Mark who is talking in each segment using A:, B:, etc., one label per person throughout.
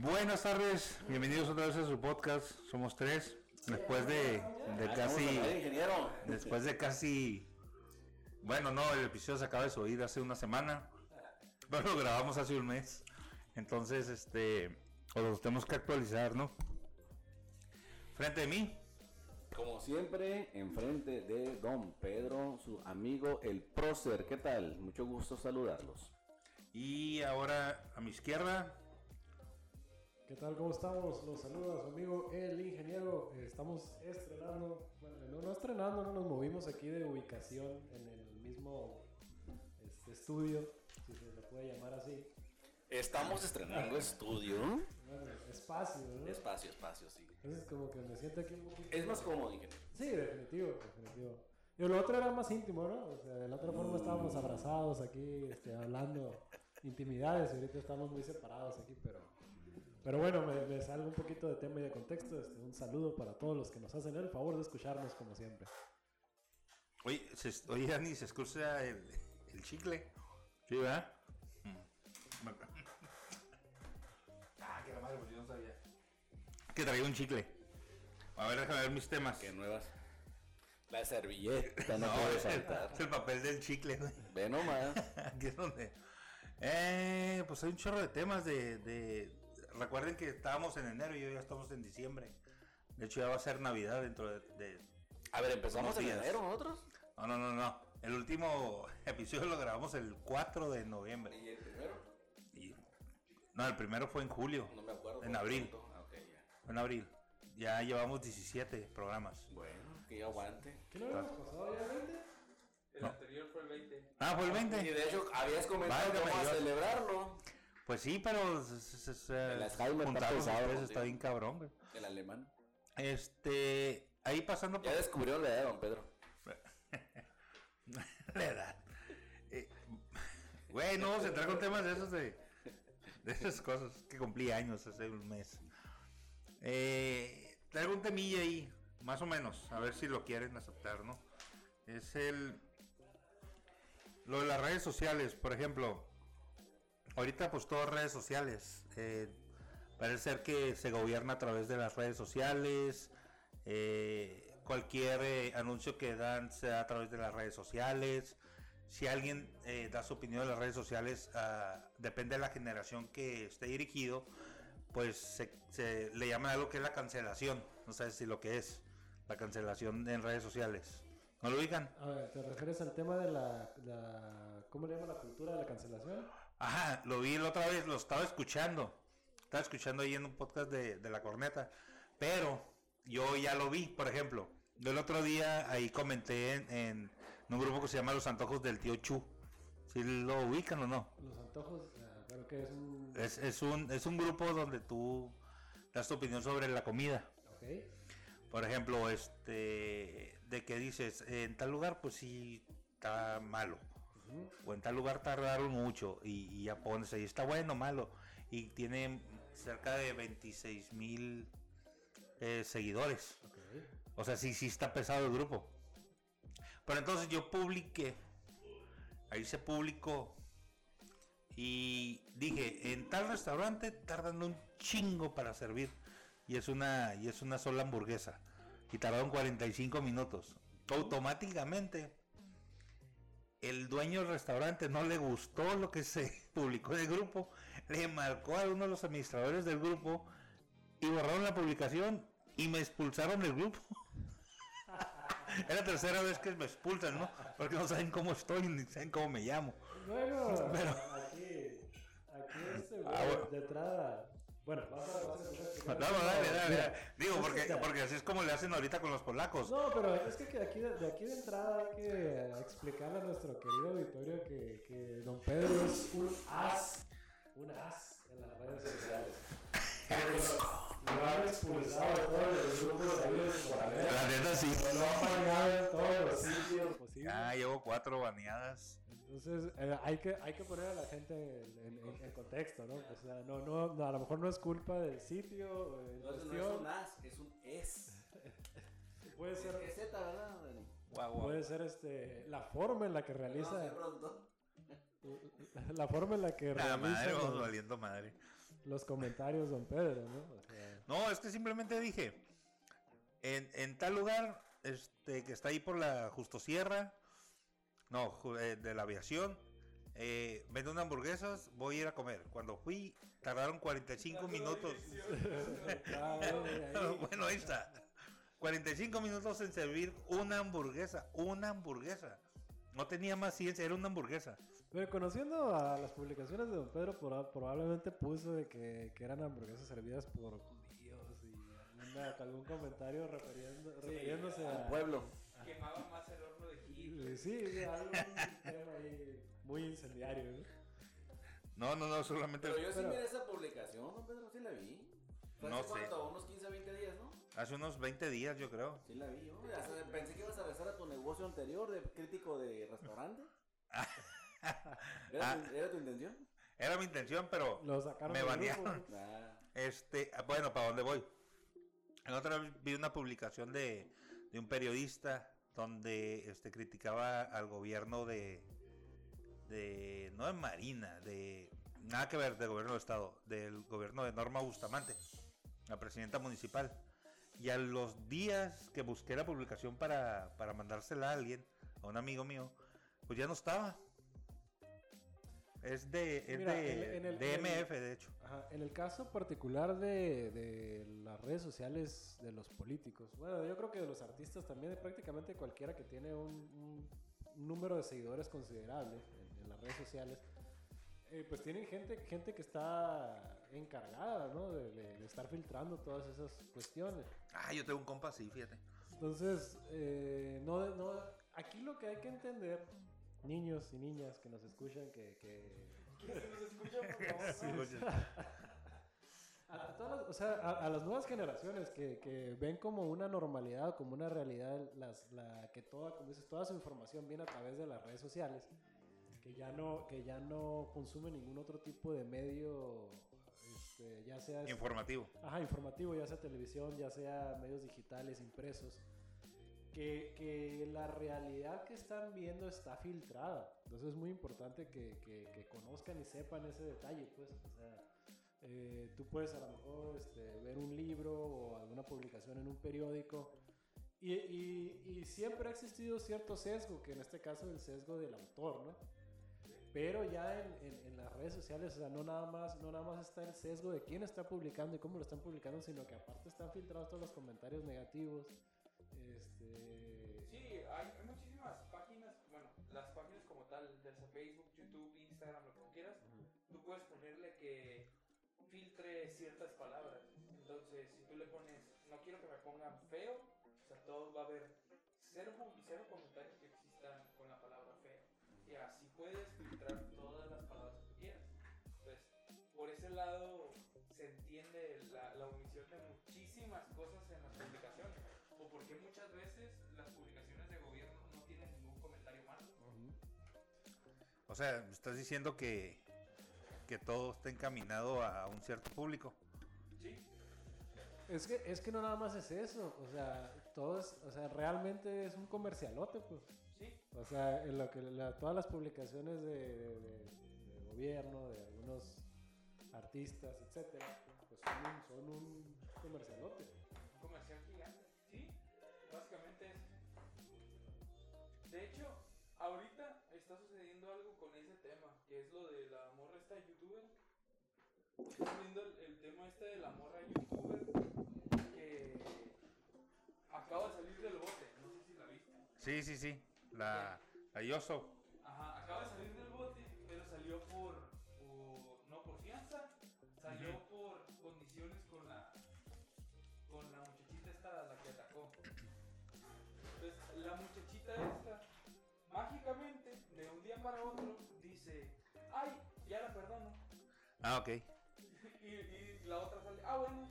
A: Buenas tardes, bienvenidos otra vez a su podcast. Somos tres. Después de, de casi.
B: ingeniero.
A: Después de casi. Bueno, no, el episodio se acaba de subir hace una semana. Pero lo grabamos hace un mes. Entonces, este. Pues los tenemos que actualizar, ¿no? Frente de mí.
B: Como siempre, enfrente de Don Pedro, su amigo el prócer. ¿Qué tal? Mucho gusto saludarlos.
A: Y ahora a mi izquierda.
C: ¿Qué tal? ¿Cómo estamos? Los saluda su amigo el ingeniero. Estamos estrenando, bueno, no, no estrenando, no nos movimos aquí de ubicación en el mismo este, estudio, si se le puede llamar así.
D: Estamos estrenando
B: Ah.
D: estudio.
C: Bueno, espacio, ¿no?
D: Espacio, espacio, sí.
C: Entonces como que me siento aquí un poquito...
D: Es más cómodo, ingeniero.
C: Sí, definitivo, definitivo. Y lo otro era más íntimo, ¿no? O sea, de la otra forma estábamos abrazados aquí, este, hablando intimidades, y ahorita estamos muy separados aquí, pero... Pero bueno, me, me salgo un poquito de tema y de contexto. Este, un saludo para todos los que nos hacen el favor de escucharnos, como siempre.
A: Oye, se, oye Dani, se escucha el, el chicle. Sí, ¿verdad? Mm. ah, que la madre, pues yo no sabía. Que traía un chicle. A ver, déjame ver mis temas.
D: Que nuevas. La servilleta
A: No,
D: no, puede
A: es el,
D: faltar.
A: es el papel del chicle, güey.
D: Ve nomás.
A: Aquí es donde. Eh, pues hay un chorro de temas de, de- Recuerden que estábamos en enero y hoy ya estamos en diciembre. De hecho, ya va a ser Navidad dentro de. de-
D: A ver, empezamos
A: Buenos
D: en
A: días.
D: enero nosotros.
A: No, no, no, no. El último episodio lo grabamos el 4 de noviembre.
D: ¿Y el primero?
A: Y- No, el primero fue en julio.
D: No me acuerdo.
A: En abril.
D: Ah, ok, ya.
A: En abril. Ya llevamos 17 programas.
D: Bueno, que yo aguante.
C: ¿Qué lo habíamos pasado ya, gente?
E: El anterior fue el 20.
A: Ah, fue el
D: Y
A: 20.
D: de hecho, habías comentado que
A: Válgame
D: vamos a
A: Dios.
D: celebrarlo.
A: Pues sí, pero. se- se- se- se-
D: El Alzheimer está
A: juntarlos
D: pesado,
A: ustedes
D: tío.
A: está bien cabrón, güey.
D: El alemán.
A: Este. Ahí pasando por.
D: Ya descubrió la edad, don Pedro.
A: la edad. Eh, Güey, no vamos a entrar con temas de esos de, de esas cosas que cumplí años hace un mes. Eh, traigo un temilla ahí, más o menos, a ver si lo quieren aceptar, ¿no? Es el. Lo de las redes sociales, por ejemplo. Ahorita, pues todas redes sociales. eh, parece ser que se gobierna a través de las redes sociales. eh, cualquier eh, anuncio que dan se da a través de las redes sociales. Si alguien eh, da su opinión en las redes sociales, ah, depende de la generación que esté dirigido, pues se, se le llama algo que es la cancelación. No sé si lo que es la cancelación en redes sociales. ¿No lo digan?
C: A ver, ¿te refieres al tema de la, la- ¿Cómo le llama la cultura de la cancelación?
A: Ajá, lo vi la otra vez, lo estaba escuchando. Estaba escuchando ahí en un podcast de, de La Corneta. Pero yo ya lo vi, por ejemplo. Yo el otro día ahí comenté en, en un grupo que se llama Los Antojos del Tío Chu. Si lo ubican o no.
C: Los antojos, ah, pero que es un...
A: Es, es un, es un grupo donde tú das tu opinión sobre la comida.
C: Ok.
A: Por ejemplo, este, de que dices, en tal lugar pues sí está malo.
C: Ujú.
A: O en tal lugar tardaron mucho y, y ya pones ahí, está bueno, malo. Y tiene cerca de 26 mil eh, seguidores.
C: Ok.
A: O sea, sí, sí está pesado el grupo. Pero entonces yo publiqué, ahí se publicó y dije, en tal restaurante tardan un chingo para servir y es una y es una sola hamburguesa y tardaron 45 minutos. Automáticamente el dueño del restaurante no le gustó lo que se publicó en el grupo, le marcó a uno de los administradores del grupo y borraron la publicación y me expulsaron del grupo. Es la tercera vez que me expulsan, ¿no? Porque no saben cómo estoy ni saben cómo me llamo.
C: Luego,
A: Pero-
C: aquí, aquí este güey,
A: Ah, bueno.
C: de entrada. Bueno, vas a, vas a
A: No,
C: escuchar.
A: no, dale, dale,
C: Mira,
A: dale. Digo,
C: es
A: porque,
C: que-
A: porque así es como le hacen ahorita con los polacos.
C: No, pero es que de aquí de, de aquí de entrada hay que explicarle a nuestro querido auditorio que, que Don Pedro es un as, un as en las redes sociales. Lo han expulsado de todos los grupos sabidos por haber.
A: La neta sí.
C: Lo han bañado en todos los sitios posibles.
A: Ah, llevo cuatro baneadas.
C: Entonces, eh, hay, que, hay que poner a la gente en, en- en- en contexto, ¿no? O sea, no, no, no, a lo mejor no es culpa del sitio, eh, en
D: Entonces no es
C: cuestión.
D: un as, es un es.
C: puede
D: Es
C: ser,
D: Z, ¿verdad? Dani?
A: Guau, guau.
C: puede ser este, la forma en la que
D: No, de
C: realiza,
D: pronto.
C: la forma en la que
A: La
C: realiza
A: Ah, madre, vamos
C: los,
A: valiendo madre.
C: los comentarios, don Pedro, ¿no? O sea,
A: No, es que simplemente dije, en, en tal lugar, este, que está ahí por la Justo Sierra, no, ju- eh, de la aviación, eh, venden hamburguesas, voy a ir a comer. Cuando fui, tardaron 45 minutos.
C: ah, güey, ahí.
A: bueno, ahí está. 45 minutos en servir una hamburguesa, una hamburguesa. No tenía más ciencia, era una hamburguesa.
C: Pero conociendo a las publicaciones de Don Pedro, proba- probablemente puso de que, que eran hamburguesas servidas por judíos y alguna- algún comentario refiriendo- refiriéndose a...
B: Pueblo.
E: Quemaba más el horno de Hitler.
C: Sí, sí, algo un tema ahí muy incendiario, ¿no?
A: No, no, no, solamente
D: Pero yo sí
C: Pero-
D: miré esa publicación, ¿no, Pedro? Sí la vi. Fue
A: No
D: hace
A: sé.
D: cuánto, unos 15, 20 días, ¿no?
A: hace unos 20 días, yo creo.
D: Sí la vi yo. Ya sé, Pensé que ibas a regresar a tu negocio anterior de crítico de restaurante. ¿Era,
A: Ah.
D: tu, era tu intención?
A: Era mi intención, pero
C: Lo sacaron
A: Me
C: del
A: banearon.
C: grupo, ¿no?
D: Ah,
A: Este, ah, bueno, ¿para dónde voy? En otra vez vi una publicación de, de un periodista donde este, criticaba al gobierno de, de. No de Marina, de. Nada que ver del gobierno de Estado, del gobierno de Norma Bustamante, la presidenta municipal. Y a los días que busqué la publicación para, para mandársela a alguien, a un amigo mío, pues ya no estaba. Es de, es
C: Mira,
A: de,
C: en- en el-
A: de
C: en el-
A: MF, de hecho.
C: Ajá, En el caso particular de, de las redes sociales de los políticos, bueno, yo creo que de los artistas también, de prácticamente cualquiera que tiene un, un- un número de seguidores considerable en, en las redes sociales, eh, pues tienen gente, gente que está encargada, ¿no? De, de- de estar filtrando todas esas cuestiones.
A: Ah, yo tengo un compa así, fíjate.
C: Entonces, eh, no, no, aquí lo que hay que entender, niños y niñas que nos escuchan, que... que A, a todas las- o sea, a, a las nuevas generaciones que, que ven como una normalidad, como una realidad, las, la que toda, como dices, toda su información viene a través de las redes sociales, que ya no, que ya no consume ningún otro tipo de medio, este, ya sea es-
A: Informativo.
C: ajá, informativo, ya sea televisión, ya sea medios digitales, impresos, que, que la realidad que están viendo está filtrada. Entonces es muy importante que, que- que conozcan y sepan ese detalle, pues. O sea, eh, tú puedes a lo mejor este, ver un libro o alguna publicación en un periódico. Y, y- y siempre ha existido cierto sesgo, que en este caso el sesgo del autor, ¿no? Pero ya en, en- en las redes sociales, o sea, no nada, más, no nada más está el sesgo de quién está publicando y cómo lo están publicando, sino que aparte están filtrados todos los comentarios negativos. Este,
E: Sí, hay, hay muchísimas páginas, bueno, las páginas como tal, desde Facebook, YouTube, Instagram, lo que tú quieras, tú puedes ponerle que filtre ciertas palabras. Entonces, si tú le pones, no quiero que me pongan feo, o sea, todo va a haber cero, com- cero comentarios que existan con la palabra feo. Y así puedes filtrar todas las palabras que tú quieras. Entonces, por ese lado se entiende la, la omisión de muchísimas cosas en las publicaciones o porque muchas veces las publicaciones de gobierno no tienen ningún comentario malo.
A: O sea, me estás diciendo que, que todo está encaminado a un cierto público.
E: Sí,
C: Es que, es que no nada más es eso, o sea, todo es- o sea, realmente es un comercialote, pues.
E: sí.
C: O sea, en lo que la- todas las publicaciones de, de- de- de gobierno, de algunos artistas, etcétera, pues son un, son un comercialote.
E: Un comercial gigante. Sí, básicamente es. De hecho, ahorita está sucediendo algo con ese tema, que es lo de la morra esta youtuber. Está subiendo el, el tema este de la morra youtuber que acaba de salir del bote. No sé si la viste.
A: Sí, sí, sí. La, la Yoso.
E: Ajá, acaba de salir del bote, pero salió por, por- no por fianza, salió por condiciones con la con la muchachita esta a la que atacó. Entonces, la muchachita esta mágicamente de un día para otro dice, "Ay, ya la perdono."
A: Ah, ok.
E: Y, y la otra sale, "Ah, bueno."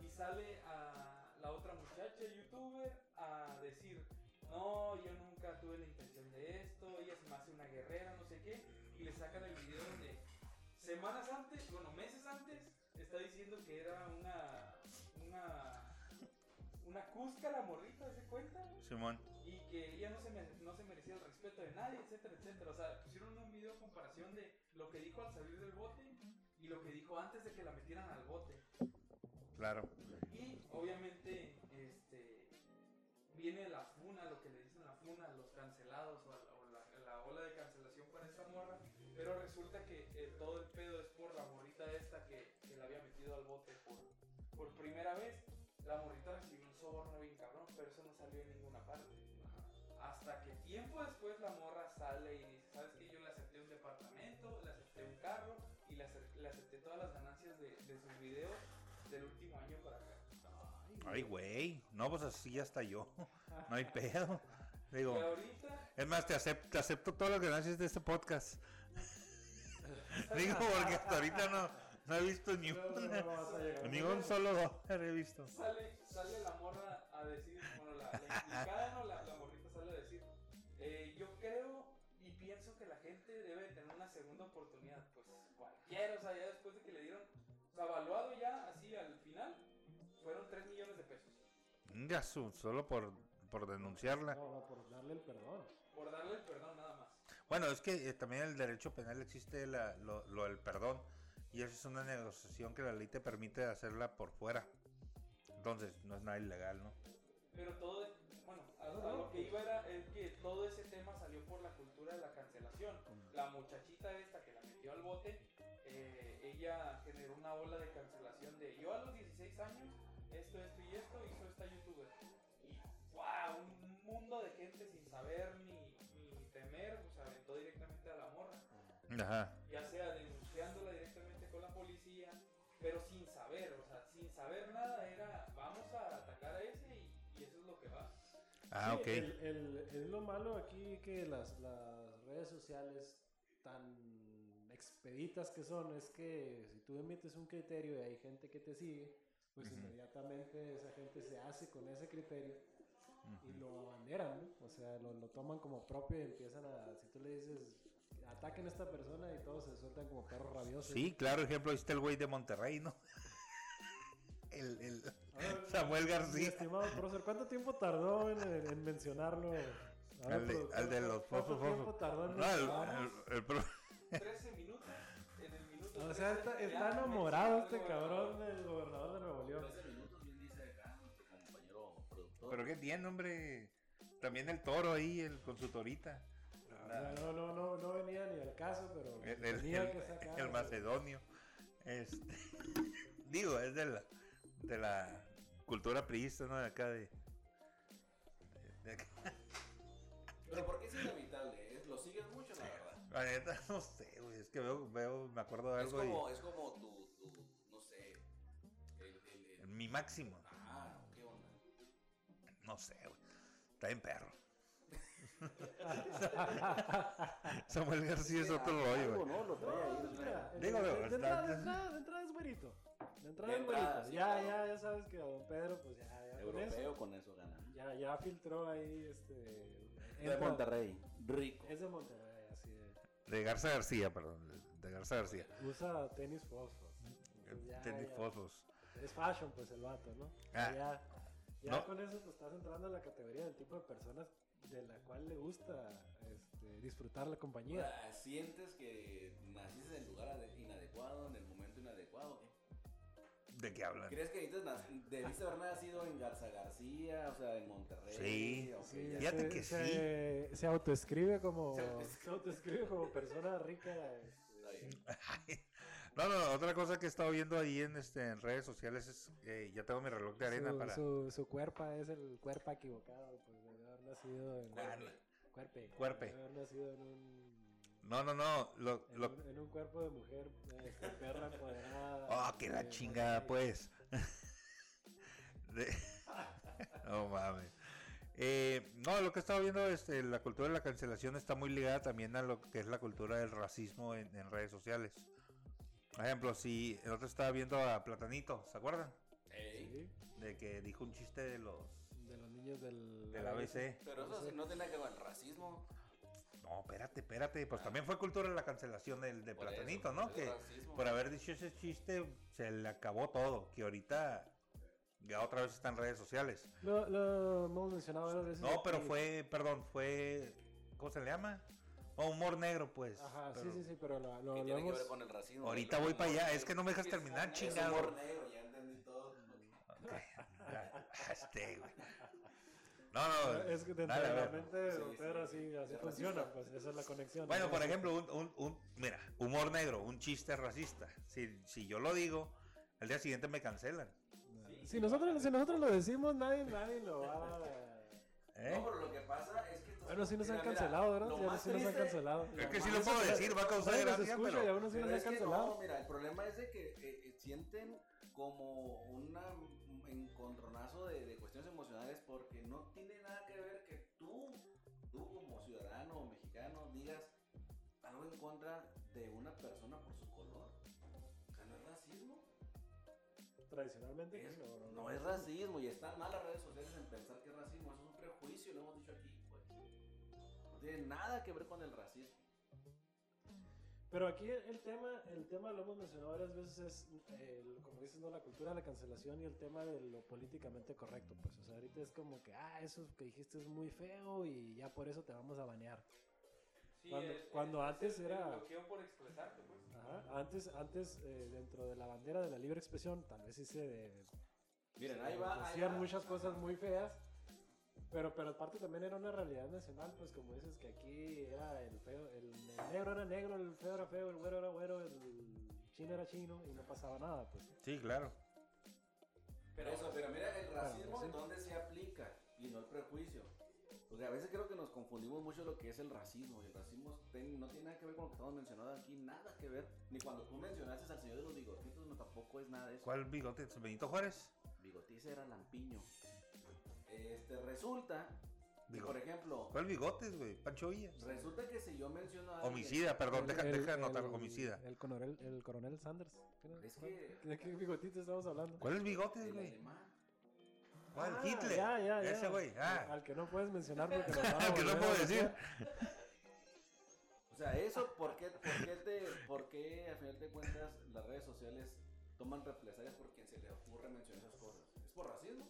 E: Y sale a la otra muchacha youtuber a decir, no, yo nunca tuve la intención de esto, ella se me hace una guerrera, no sé qué, y le sacan el video donde semanas antes, bueno, meses antes, está diciendo que era una, una, una cusca la morrita, ¿se cuenta?
A: Simón.
E: Y que ella no se, mere- no se merecía el respeto de nadie, etcétera, etcétera. O sea, pusieron un video comparación de lo que dijo al salir del bote y lo que dijo antes de que la metieran al bote.
A: Claro.
E: Y obviamente este, viene la funa, lo que le dicen la funa, los cancelados o, la, o la- la ola de cancelación para esta morra. Pero resulta que eh, todo el pedo es por la morrita esta que, que la había metido al bote por, por primera vez. La morrita recibió un soborno bien cabrón, pero eso no salió en ninguna parte. Hasta que tiempo después la morra sale y dice, ¿sabes qué? Yo le acepté un departamento, le acepté un carro y le, ace- le acepté todas las ganancias de, de sus videos del último año para acá.
A: Ay, güey. No, pues así ya está yo. No hay pedo.
E: Y
A: Digo,
E: ahorita...
A: es más, te acepto, te acepto todas las ganancias de este podcast. Digo, porque hasta ahorita no, no he visto ni
C: No, no, no
A: una.
C: vas a llegar.
A: Ni un solo dólar he visto.
E: sale, sale la morra a decir, bueno, la, la implicada, ¿no? La, la morrita sale a decir, eh, yo creo y pienso que la gente debe tener una segunda oportunidad, pues cualquiera, o sea, ya después de que le dieron, o sea, evaluado ya así al final, fueron 3 millones de pesos.
A: Venga, su- solo por, por denunciarla.
C: No, no, por darle el perdón.
E: Por darle el perdón nada más.
A: Bueno, es que eh, también en el derecho penal existe la- lo, lo del perdón. Y eso es una negociación que la ley te permite hacerla por fuera. Entonces, no es nada ilegal, ¿no?
E: Pero todo, bueno, a, a lo que iba era es que todo ese tema salió por la cultura de la cancelación. La muchachita esta que la metió al bote, eh, ella generó una ola de cancelación de yo a los 16 años, esto, esto y esto, hizo esta youtuber. Y wow, un mundo de gente sin saber ni, ni temer, pues se aventó directamente a la morra
A: Ajá.
E: ya sea denunciándola directamente con la policía, pero sin saber, o sea, sin saber nada era, vamos a atacar a ese y, y eso es lo que va.
A: Ah,
C: Sí,
A: ok.
C: el- el- es lo malo aquí que las, las redes sociales tan expeditas que son, es que si tú emites un criterio y hay gente que te sigue, pues
A: Ujú.
C: inmediatamente esa gente se hace con ese criterio y
A: Ujú.
C: lo abanderan, ¿no? O sea, lo, lo toman como propio y empiezan a, si tú le dices, ataquen a esta persona y todos se sueltan como perros rabiosos.
A: Sí, claro, ejemplo, ahí está el güey de Monterrey, ¿no? El, el
C: Ahora,
A: Samuel
C: Mi
A: García.
C: estimado profesor, ¿cuánto tiempo tardó en, en- en mencionarlo? A ver,
A: Al de,
C: productor,
A: al de los
C: ¿Cuánto
A: fofos,
C: tiempo
A: fofos.
C: tardó en
A: No, el,
C: mencionarlo?
A: el- el pro-
E: 13 minutos, en el minuto.
C: O sea,
E: 13
C: está,
E: ya
C: está
E: me
C: enamorado
E: salió
C: este
E: el
C: cabrón del gobernador de Nuevo León.
B: 13 minutos, bien dice acá nuestro compañero productor.
A: Pero qué tiene, hombre. También el toro ahí, el, con su torita.
C: O sea, no, no, no, no venía ni al caso, pero
A: El, el-
C: tenía
A: el-
C: que sacar.
A: el macedonio. Este, digo, es de la, de la cultura priista, ¿no? De acá de. de acá.
B: Pero ¿por qué es inevitable? Es- Lo sigues mucho, la verdad.
A: La neta, no sé, güey. Es que veo, veo, me acuerdo de
B: Es
A: algo
B: como, es como tu, tu, no sé, el, el,
A: y.
B: el-
A: Mi máximo.
B: Ah, no, qué onda.
A: No sé, güey. Está en perro. Samuel García es otro rollo,
D: Algo,
A: güey.
D: ¿no? Lo trae ahí.
C: No,
D: lo trae.
C: mira, el-
A: Dígalo,
C: de, de
A: está-
C: entrada, de entrada- de entrada es güerito. De
B: De
C: entrada es
B: entrada,
C: güerito.
B: sí,
C: Ya,
B: claro.
C: ya, ya sabes que a don Pedro, pues ya, ya con eso,
B: Europeo con eso gana.
C: ya, ya filtró ahí este.
B: De
C: entra-
B: Monterrey. Rico.
C: Es de Monterrey, así de.
A: De Garza García, perdón. De Garza García.
C: Usa tenis fosfos. Ya,
A: Tenis
C: ya.
A: fosfos.
C: Es fashion, pues el vato, ¿no?
A: Ah.
C: ya ya
A: No.
C: con eso pues, estás entrando en la categoría del tipo de personas de la cual le gusta este, disfrutar la compañía.
B: Ah, Sientes que naciste en el lugar ade- inadecuado, en el momento inadecuado.
A: ¿De qué hablan?
B: ¿Crees que necesitas nac- debiste haber nacido en Garza García, o sea, en Monterrey?
A: Sí.
B: ok,
C: Sí,
B: ya.
A: Fíjate que
C: se, se autoescribe como
B: Se autoescribe.
C: se autoescribe como persona rica este,
B: Está bien.
A: No, no, otra cosa que he estado viendo ahí en, este, en redes sociales es. eh, ya tengo mi reloj de arena
C: su,
A: para.
C: su, su cuerpo es el cuerpo equivocado pues de haber nacido en
A: Ah,
C: un cuerpe,
A: Cuerpe.
C: de haber nacido en un
A: No, no, no. Lo,
C: en,
A: lo-
C: un, en un cuerpo de mujer este, perra empoderada
A: Oh, que la
C: este,
A: chingada,
C: Monterrey.
A: pues. De- No mames. Eh, no, lo que he estado viendo, este, la cultura de la cancelación está muy ligada también a lo que es la cultura del racismo en, en redes sociales. Por ejemplo, si el otro estaba viendo a Platanito, ¿se acuerdan?
B: Ey.
C: Sí,
A: De que dijo un chiste de los
C: de los niños del
A: del ABC.
B: Pero eso no tiene nada que ver con el racismo.
A: No, espérate, espérate. Pues también fue cultura de la cancelación del de
B: Por eso,
A: Platanito,
B: por
A: ¿no?
B: eso
A: Que
B: es racismo.
A: por haber dicho ese chiste se le acabó todo. Que ahorita ya otra vez está en redes sociales.
C: Lo, lo hemos mencionado varias veces.
A: No, pero
C: aquí.
A: fue, perdón, fue. ¿Cómo se le llama? O humor negro, pues.
C: Ajá,
A: pero-
C: sí, sí, sí, pero lo, lo-
D: Que
C: lo
D: tiene que
C: hemos...
D: ver con el racismo.
A: Ahorita voy para allá, es que no me dejas terminar,
E: Es
D: Es
A: chingado.
D: humor negro, ya entendí todo.
A: Este, güey. No, no.
C: Es que dentro
A: dale,
C: de la
A: dale.
C: mente de
D: Sí,
C: Don
D: sí,
C: Pedro
D: sí.
C: así, así
D: Es
C: funciona,
D: racista.
C: pues esa es la conexión.
A: Bueno,
C: ¿no?
A: por ejemplo, un, un- un- mira, humor negro, un chiste racista. Si, si yo lo digo, al día siguiente me cancelan.
C: Si nosotros, si nosotros lo decimos, nadie, nadie lo va a...
A: ¿eh?
D: No, pero lo que pasa es que. entonces-
C: Bueno, Ah, sí nos han
D: Mira, mira,
C: cancelado,
D: lo
C: ¿verdad? Ya
D: más
C: sí nos han
D: triste-
C: cancelado.
A: Es que
D: lo
A: sí
D: más
A: lo puedo decir, va a causar
C: Nadie nos
A: gracia,
C: escucha y
A: pero.
C: aún así
D: Pero
C: nos han
D: es que
C: cancelado.
D: no, mira, el problema es de que eh, eh, sienten como una- un encontronazo de, de cuestiones emocionales porque no tiene nada que ver que tú, tú como ciudadano o mexicano, digas algo en contra de una persona por su color. O sea, no es racismo.
C: Tradicionalmente,
D: Es-
C: sí, no, no,
D: no es racismo y están mal las redes sociales en pensar que es racismo. Eso es un prejuicio, lo hemos dicho aquí. pues. No tiene nada que ver con el racismo.
C: Pero aquí el el tema, el tema lo hemos mencionado varias veces, es, eh, el- como dices, ¿no? la cultura de la cancelación y el tema de lo políticamente correcto. Pues, o sea, ahorita es como que, ah, eso que dijiste es muy feo y ya por eso te vamos a banear.
E: Sí,
C: Cuando-
E: es-
C: cuando
E: es-
C: antes
E: es el
C: era-
E: bloqueo por expresarte, pues.
C: Ajá. Antes, antes eh, dentro de la bandera de la libre expresión, tal vez sí se eh,
D: Miren, ahí va. ahí
C: Hacían
D: va.
C: muchas cosas muy feas. Pero, pero aparte también era una realidad nacional, pues como dices que aquí era el feo, el, el negro era negro, el feo era feo, el güero era güero, el chino era chino y no pasaba nada, pues.
A: Sí, claro.
E: Pero,
D: eso, pero mira, el racismo
C: sí.
D: en dónde se aplica y no el prejuicio. Porque a veces creo que nos confundimos mucho lo que es el racismo. Y el racismo ten- no tiene nada que ver con lo que estamos mencionando aquí, nada que ver. Ni cuando tú mencionaste al señor de los bigotitos, no tampoco es nada de eso.
A: ¿Cuál bigote? ¿Benito Juárez?
D: Bigotiza era lampiño. Este, resulta, que,
A: Digo,
D: por ejemplo,
A: ¿Cuál bigotes, güey? Pancho Villa.
D: resulta que si yo menciono a. alguien-
A: Homicida, perdón, deja,
C: Ah, El-
A: deja
C: el-
A: anotar
C: el-
A: homicida.
C: El coronel, el coronel Sanders. ¿Qué era?
D: Es que-
C: ¿De qué bigotito estamos hablando?
A: ¿Cuál es bigotes,
D: El
A: güey?
D: alemán.
A: ¿Cuál?
C: Ah,
A: Hitler.
C: ya, ya, ya.
A: Ese güey.
C: Al-
A: Ah,
C: Al que no puedes mencionar porque nos va a
A: Al que no
C: volver a
A: puedo
C: bloquear.
A: decir.
D: O sea, eso, ¿por qué, por qué te, por qué, al final de cuentas las redes sociales toman represalias por quien se le ocurre mencionar esas cosas? ¿Es por racismo?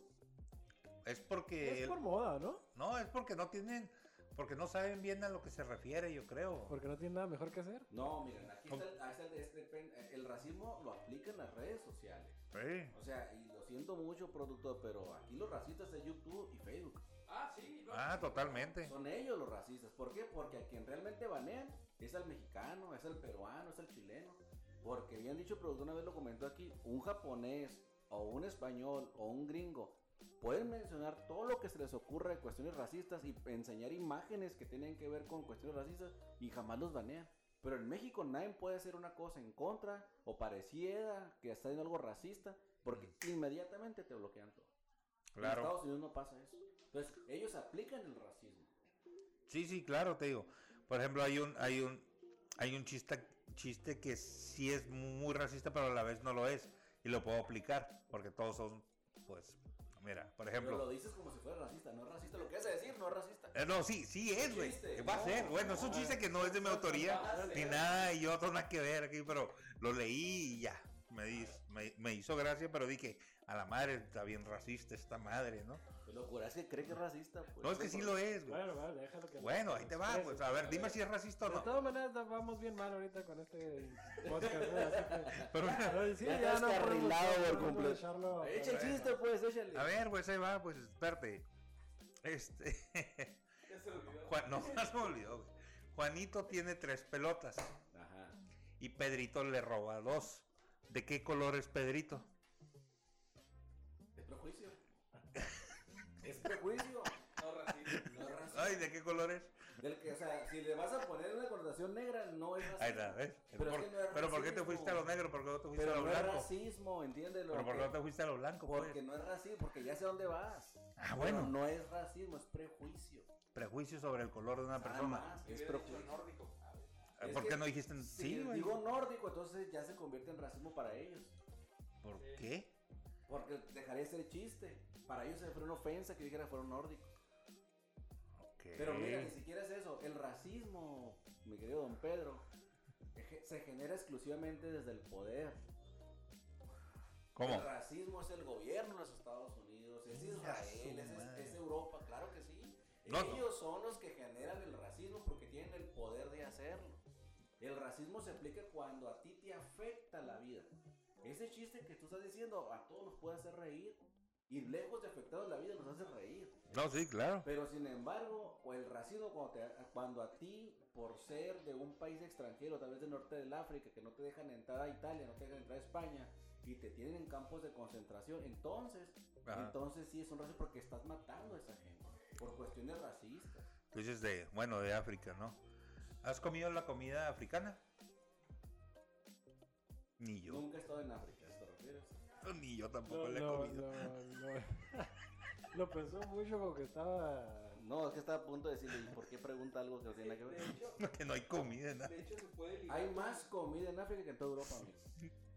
A: es porque.
C: Es por moda, ¿no?
A: No, es porque no tienen. Porque no saben bien a lo que se refiere, yo creo.
C: Porque no tiene nada mejor que hacer.
D: No, miren, aquí está, el- ahí está el, este pen- el racismo lo aplican las redes sociales.
A: Sí.
D: O sea, y lo siento mucho, productor, pero aquí los racistas es YouTube y Facebook.
E: ah, sí, no,
A: Ah, totalmente.
D: Son ellos los racistas. ¿Por qué? Porque a quien realmente banean es al mexicano, es al peruano, es al chileno. Porque bien dicho, el productor una vez lo comentó aquí, un japonés o un español o un gringo pueden mencionar todo lo que se les ocurra de cuestiones racistas y enseñar imágenes que tienen que ver con cuestiones racistas y jamás los banean. Pero en México nadie puede hacer una cosa en contra o parecida que está haciendo algo racista porque inmediatamente te bloquean todo. En
A: Claro.
D: Estados Unidos no pasa eso. Entonces, ellos aplican el racismo.
A: Sí, sí, claro, te digo. Por ejemplo, hay un, hay un, hay un chiste, chiste que sí es muy racista, pero a la vez no lo es. Y lo puedo aplicar, porque todos son, pues, mira, por
D: Pero lo
A: ejemplo.
D: dices como si fuera racista, no es racista. Lo que vas a decir no es racista.
A: Eh, No, sí, sí es, güey.
D: Chiste,
A: Va a
D: no,
A: ser. Bueno, es un
D: no,
A: chiste que no es de mi autoría,
E: Ah,
A: ni
E: sí.
A: nada, y yo no tengo nada que ver aquí, pero lo leí y ya. Me, dis- me, me hizo gracia, pero dije, a la madre está bien racista esta madre, ¿no?
D: Qué locura, es que cree que es racista. pues.
A: No, es que sí lo es, güey.
C: Bueno, vale, déjalo que.
A: Bueno, ahí te va, pues. A ver, dime si es racista o
C: De
A: no.
C: todas maneras, da- vamos bien mal ahorita con este podcast. ¿no? Así que-
A: Pero mira,
C: Pero sí,
D: Ya
C: ya
D: estás
C: no podemos-
D: carrilado
C: no
D: por
C: podemos
D: completo.
C: echarlo-
D: Echa el
A: Bueno.
D: chiste, pues, échale.
A: A ver, pues ahí va, pues espérate. Este.
E: ya se olvidó.
A: Juan, no, se me olvidó, güey. Juanito tiene tres pelotas
D: Ajá.
A: y Pedrito le roba dos. ¿De qué color es Pedrito?
D: Es prejuicio. es prejuicio.
E: No, racista.
D: No es racismo.
A: Ay, ¿de qué color es?
D: Del que, o sea, si le vas a poner una connotación negra, no es racismo.
A: Ahí está, ¿ves?
D: Pero es
A: Por-
D: que no es
A: pero ¿por qué te
D: racismo.
A: fuiste a lo negro? ¿Por qué no te fuiste
D: Pero
A: a lo
D: no es
A: blanco?
D: racismo, entiéndelo.
A: ¿Pero por qué
D: que-
A: no te fuiste a lo blanco? pues?
D: porque no es racismo, porque ya sé a dónde vas.
A: Ah,
D: Bueno,
A: bueno.
D: no es racismo, es prejuicio.
A: Prejuicio sobre el color de una
D: Nada
A: persona.
D: más,
E: Yo
D: es
E: hubiera dicho
D: prejuicio.
E: nórdico. A ver.
A: Eh,
D: Ah, Es
A: Ah, ¿Por
D: que
A: qué no dijiste sí,
D: si
A: güey?
D: digo nórdico, entonces ya se convierte en racismo para ellos.
A: ¿Por
E: Sí.
A: qué?
D: Porque dejaría de ser chiste. Para ellos se fue una ofensa que dijera fueron nórdicos.
A: Ok.
D: Pero mira, ni siquiera es eso. El racismo, mi querido don Pedro, eje- se genera exclusivamente desde el poder.
A: ¿Cómo?
D: El racismo es el gobierno de los Estados Unidos, es
A: Ya su
D: Israel, es, es
A: madre.
D: Europa, claro que sí.
A: No.
D: Ellos son los que generan el racismo porque tienen el poder de hacerlo. El racismo se aplica cuando a ti te afecta la vida. Ese chiste que tú estás diciendo a todos nos puede hacer reír y lejos de afectarnos la vida nos hace reír.
A: No, sí, claro.
D: Pero sin embargo, o el racismo cuando, te- cuando a ti, por ser de un país extranjero, tal vez del norte del África, que no te dejan entrar a Italia, no te dejan entrar a España, y te tienen en campos de concentración, entonces,
A: Ajá.
D: entonces sí es un racismo porque estás matando a esa gente por cuestiones racistas.
A: Tú dices de, bueno, de África, ¿no? ¿Has comido la comida africana? Ni yo.
D: Nunca he estado en África, ¿te refieres?
A: Ni yo tampoco
C: Lo,
A: la he
C: lo,
A: comido.
C: lo- lo- lo pensó mucho porque estaba.
D: No, es que estaba a punto de decirle, ¿y por qué pregunta algo que no tiene nada que
E: De
D: ver?
E: hecho,
A: que no hay comida, nada.
E: de hecho se puede ligar.
D: Hay más comida en África que en toda Europa, amigo.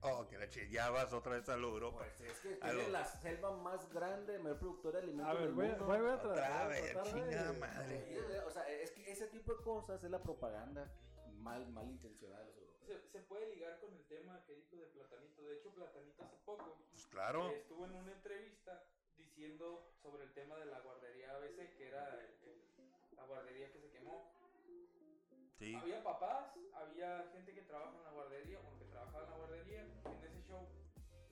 A: Oh, que la che, ya vas otra vez a la Europa.
D: Pues es que
A: Aló.
D: tiene la selva más grande, mayor productora de alimentos
C: A ver,
D: del
C: voy, a-
D: mundo.
C: voy a tratar,
A: Otra
C: voy a
A: vez,
C: tratar de-
A: chingada madre.
D: eh, O sea, es que ese tipo de cosas es la propaganda mal, mal intencionada de los europeos.
E: Se, se puede ligar con el tema que dijo de Platanito. De hecho, Platanito hace poco eh,
A: Pues claro.
D: Eh,
E: estuvo en una entrevista diciendo sobre el tema de la guardería ABC, que era el- el- la guardería que se quemó.
A: Sí.
E: Había papás, había gente que trabaja en la guardería, bueno, que trabajaba en la guardería, en ese show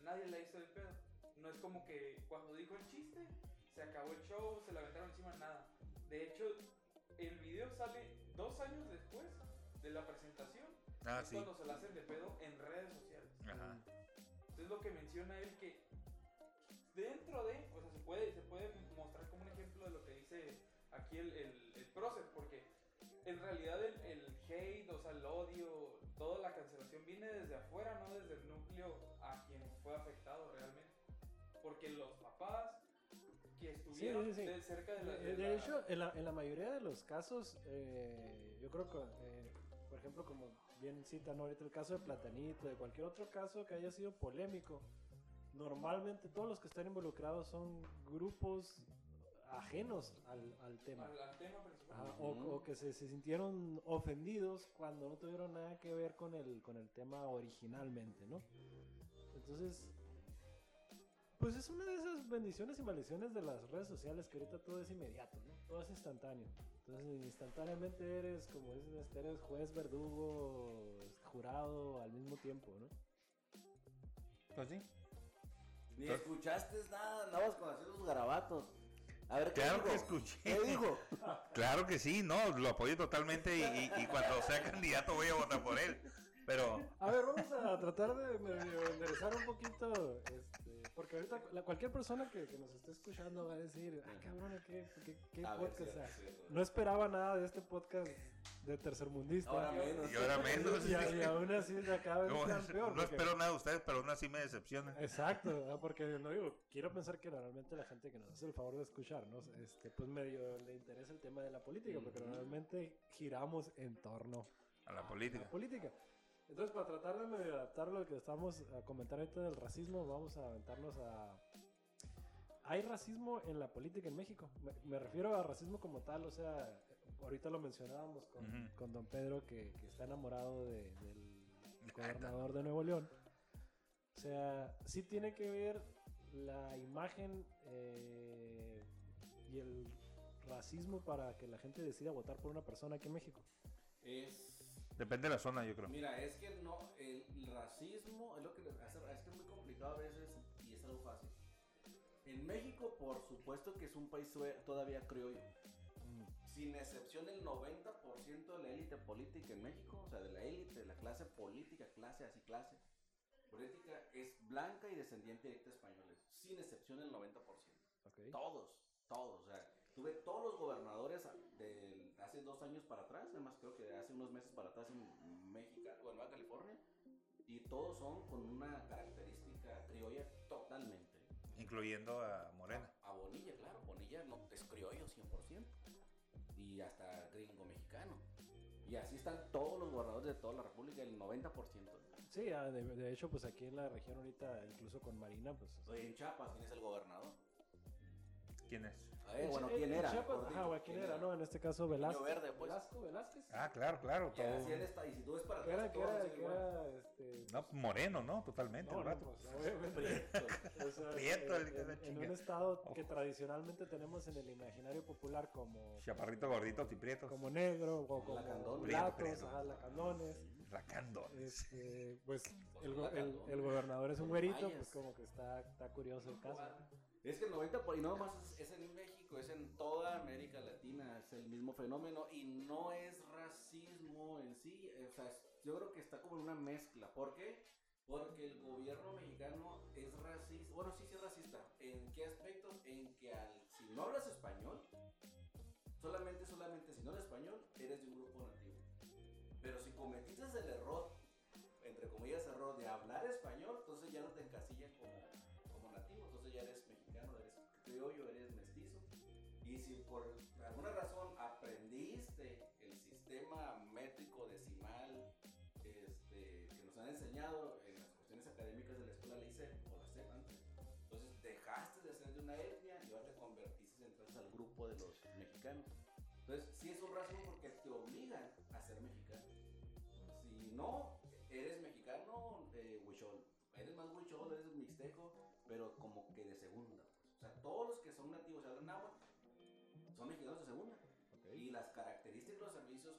E: nadie la hizo de pedo. No es como que cuando dijo el chiste, se acabó el show, se la aventaron encima, nada. De hecho, el video sale dos años después de la presentación,
A: Ah,
E: es
A: sí.
E: cuando se la hacen de pedo en redes sociales.
A: Ajá.
E: Entonces lo que menciona él que dentro de, o sea, se puede, se puede mostrar como un ejemplo de lo que dice aquí el, el, el prócer, porque en realidad el, el hate, o sea, el odio, toda la cancelación viene desde afuera, no desde el núcleo a quien fue afectado realmente. Porque los papás que estuvieron
C: sí, sí.
E: de- cerca de la...
C: De
E: de
C: de
E: la-
C: hecho, en la, en la mayoría de los casos, eh, yo creo que, eh, por ejemplo, como bien citan ahorita el caso de Platanito, de cualquier otro caso que haya sido polémico, normalmente todos los que están involucrados son grupos ajenos al, al tema.
E: al, al tema principal.
C: Ajá, Ah, o,
D: Ujú.
C: o que se, se sintieron ofendidos cuando no tuvieron nada que ver con el, con el tema originalmente, ¿no? Entonces, pues es una de esas bendiciones y maldiciones de las redes sociales que ahorita todo es inmediato, ¿no? Todo es instantáneo. Entonces, instantáneamente eres, como dicen, este, eres juez, verdugo, este, jurado al mismo tiempo, ¿no?
A: Pues sí. Pues-
D: Ni escuchaste nada, andabas con hacer los garabatos. A ver, ¿qué
A: Claro
D: dijo?
A: que escuché.
D: ¿Qué dijo?
A: Claro que sí, no, lo apoyo totalmente y, y- y cuando sea candidato voy a votar por él. Pero,
C: A ver, vamos a tratar de medio enderezar un poquito, este, porque ahorita la- cualquier persona que, que nos esté escuchando va a decir, ah, cabrón, ¿qué, qué, qué
D: A ver,
C: podcast?
D: sí,
C: ah?"
D: sí, sí.
C: No esperaba nada de este podcast de tercermundista.
D: Ahora menos.
A: y ahora menos.
C: Y, a- y aún así la cada vez
A: Como-
C: están peor.
A: no
C: porque-
A: espero nada de ustedes, pero aún así me decepciona.
C: Exacto, ah, porque no digo, quiero pensar que realmente la gente que nos hace el favor de escucharnos, este, pues medio le interesa el tema de la política, porque
D: Ujú.
C: normalmente giramos en torno
A: A la política.
C: la política. Entonces, para tratar de medio adaptar lo que estamos a comentar ahorita del racismo, vamos a aventarnos a... Hay racismo en la política en México. Me, me refiero a racismo como tal, o sea, ahorita lo mencionábamos con,
A: Ujú.
C: con don Pedro que, que está enamorado de- del gobernador de Nuevo León. O sea, sí tiene que ver la imagen eh, y el racismo para que la gente decida votar por una persona aquí en México.
D: Es
A: Depende de la zona, yo creo.
D: Mira, es que no, el racismo es lo que hace- es que es muy complicado a veces y es algo fácil. En México, por supuesto que es un país sue- todavía criollo.
A: Mm.
D: Sin excepción, el 90% de la élite política en México, o sea, de la élite, de la clase política, clase así, clase política, es blanca y descendiente directa de españoles. Sin excepción, el 90%.
C: Ok.
D: Todos, todos. O sea, tuve todos los gobernadores de hace dos años para atrás, además creo que hace unos meses para atrás en México o en Nueva California, y todos son con una característica criolla totalmente.
A: Incluyendo a Morena.
D: A Bonilla, claro, Bonilla no es criollo 100%, y hasta gringo mexicano. Y así están todos los gobernadores de toda la República, el 90%.
C: Sí, ah, de, de hecho, pues aquí en la región ahorita, incluso con Marina, pues... o sea,
D: Oye, en Chiapas, ¿quién es el gobernador?
A: ¿Quién es?
D: A ver,
C: en
D: bueno,
C: Chi-
D: ¿quién
C: en
D: era?
C: Chiapas,
D: Mejor
C: ajá,
D: dicho,
C: güey, ¿quién era? No, en este caso Velázquez.
D: verde, pues.
C: Velasco, Velázquez.
A: Ah, claro, claro.
D: Y así él
A: Todo...
D: está, y si tú ves para
C: Que
D: atrás,
C: era, que
D: pues, todos
C: era,
D: son
C: que
D: iguales.
C: era, este...
A: No, Moreno, ¿no? Totalmente.
C: no,
A: el
C: no,
A: vato.
C: pues, obviamente.
D: Prieto.
C: O sea,
A: Prieto,
C: en-
A: el que la
C: en- en
A: chinga.
C: un marcado que tradicionalmente tenemos en el imaginario popular como,
A: Chaparrito gordito, tiprietos.
C: como negro o como
D: Lacandón.
C: platos,
A: Prieto,
C: ajá, lacandones.
A: Racando.
C: Este, pues el, go- el,
D: Lacandón.
C: el gobernador es un
D: Con
C: güerito,
D: vallas.
C: pues como que está, está curioso el caso.
D: Es que el 90 por- y no más es, es en México, es en toda América Latina, es el mismo fenómeno y no es racismo en sí, eh, o sea, es- yo creo que está como en una mezcla, ¿por qué? Porque el gobierno mexicano es racista, bueno, sí, sí es racista, ¿en qué aspectos? En que al, si no hablas español, solamente, solamente si no hablas español, eres de un grupo nativo. Pero si cometiste el error, entre comillas error, de hablar español, entonces ya no te encasillan como como nativo, entonces ya eres mexicano, eres criollo, eres mestizo. Y si por alguna razón aprendiste el sistema métrico decimal este, que nos han enseñado en las cuestiones académicas de la escuela LICE o la SEP antes, entonces dejaste de ser de una etnia y ahora te convertiste entonces al grupo de los mexicanos. Entonces, sí es un rasgo porque te obligan a ser mexicano. Si no, eres mexicano, eh, huichol. Eres más huichol, eres mixteco, pero como que de segunda. pues. O sea, todos los que son nativos de náhuatl son mexicanos de segunda. Y las características de los servicios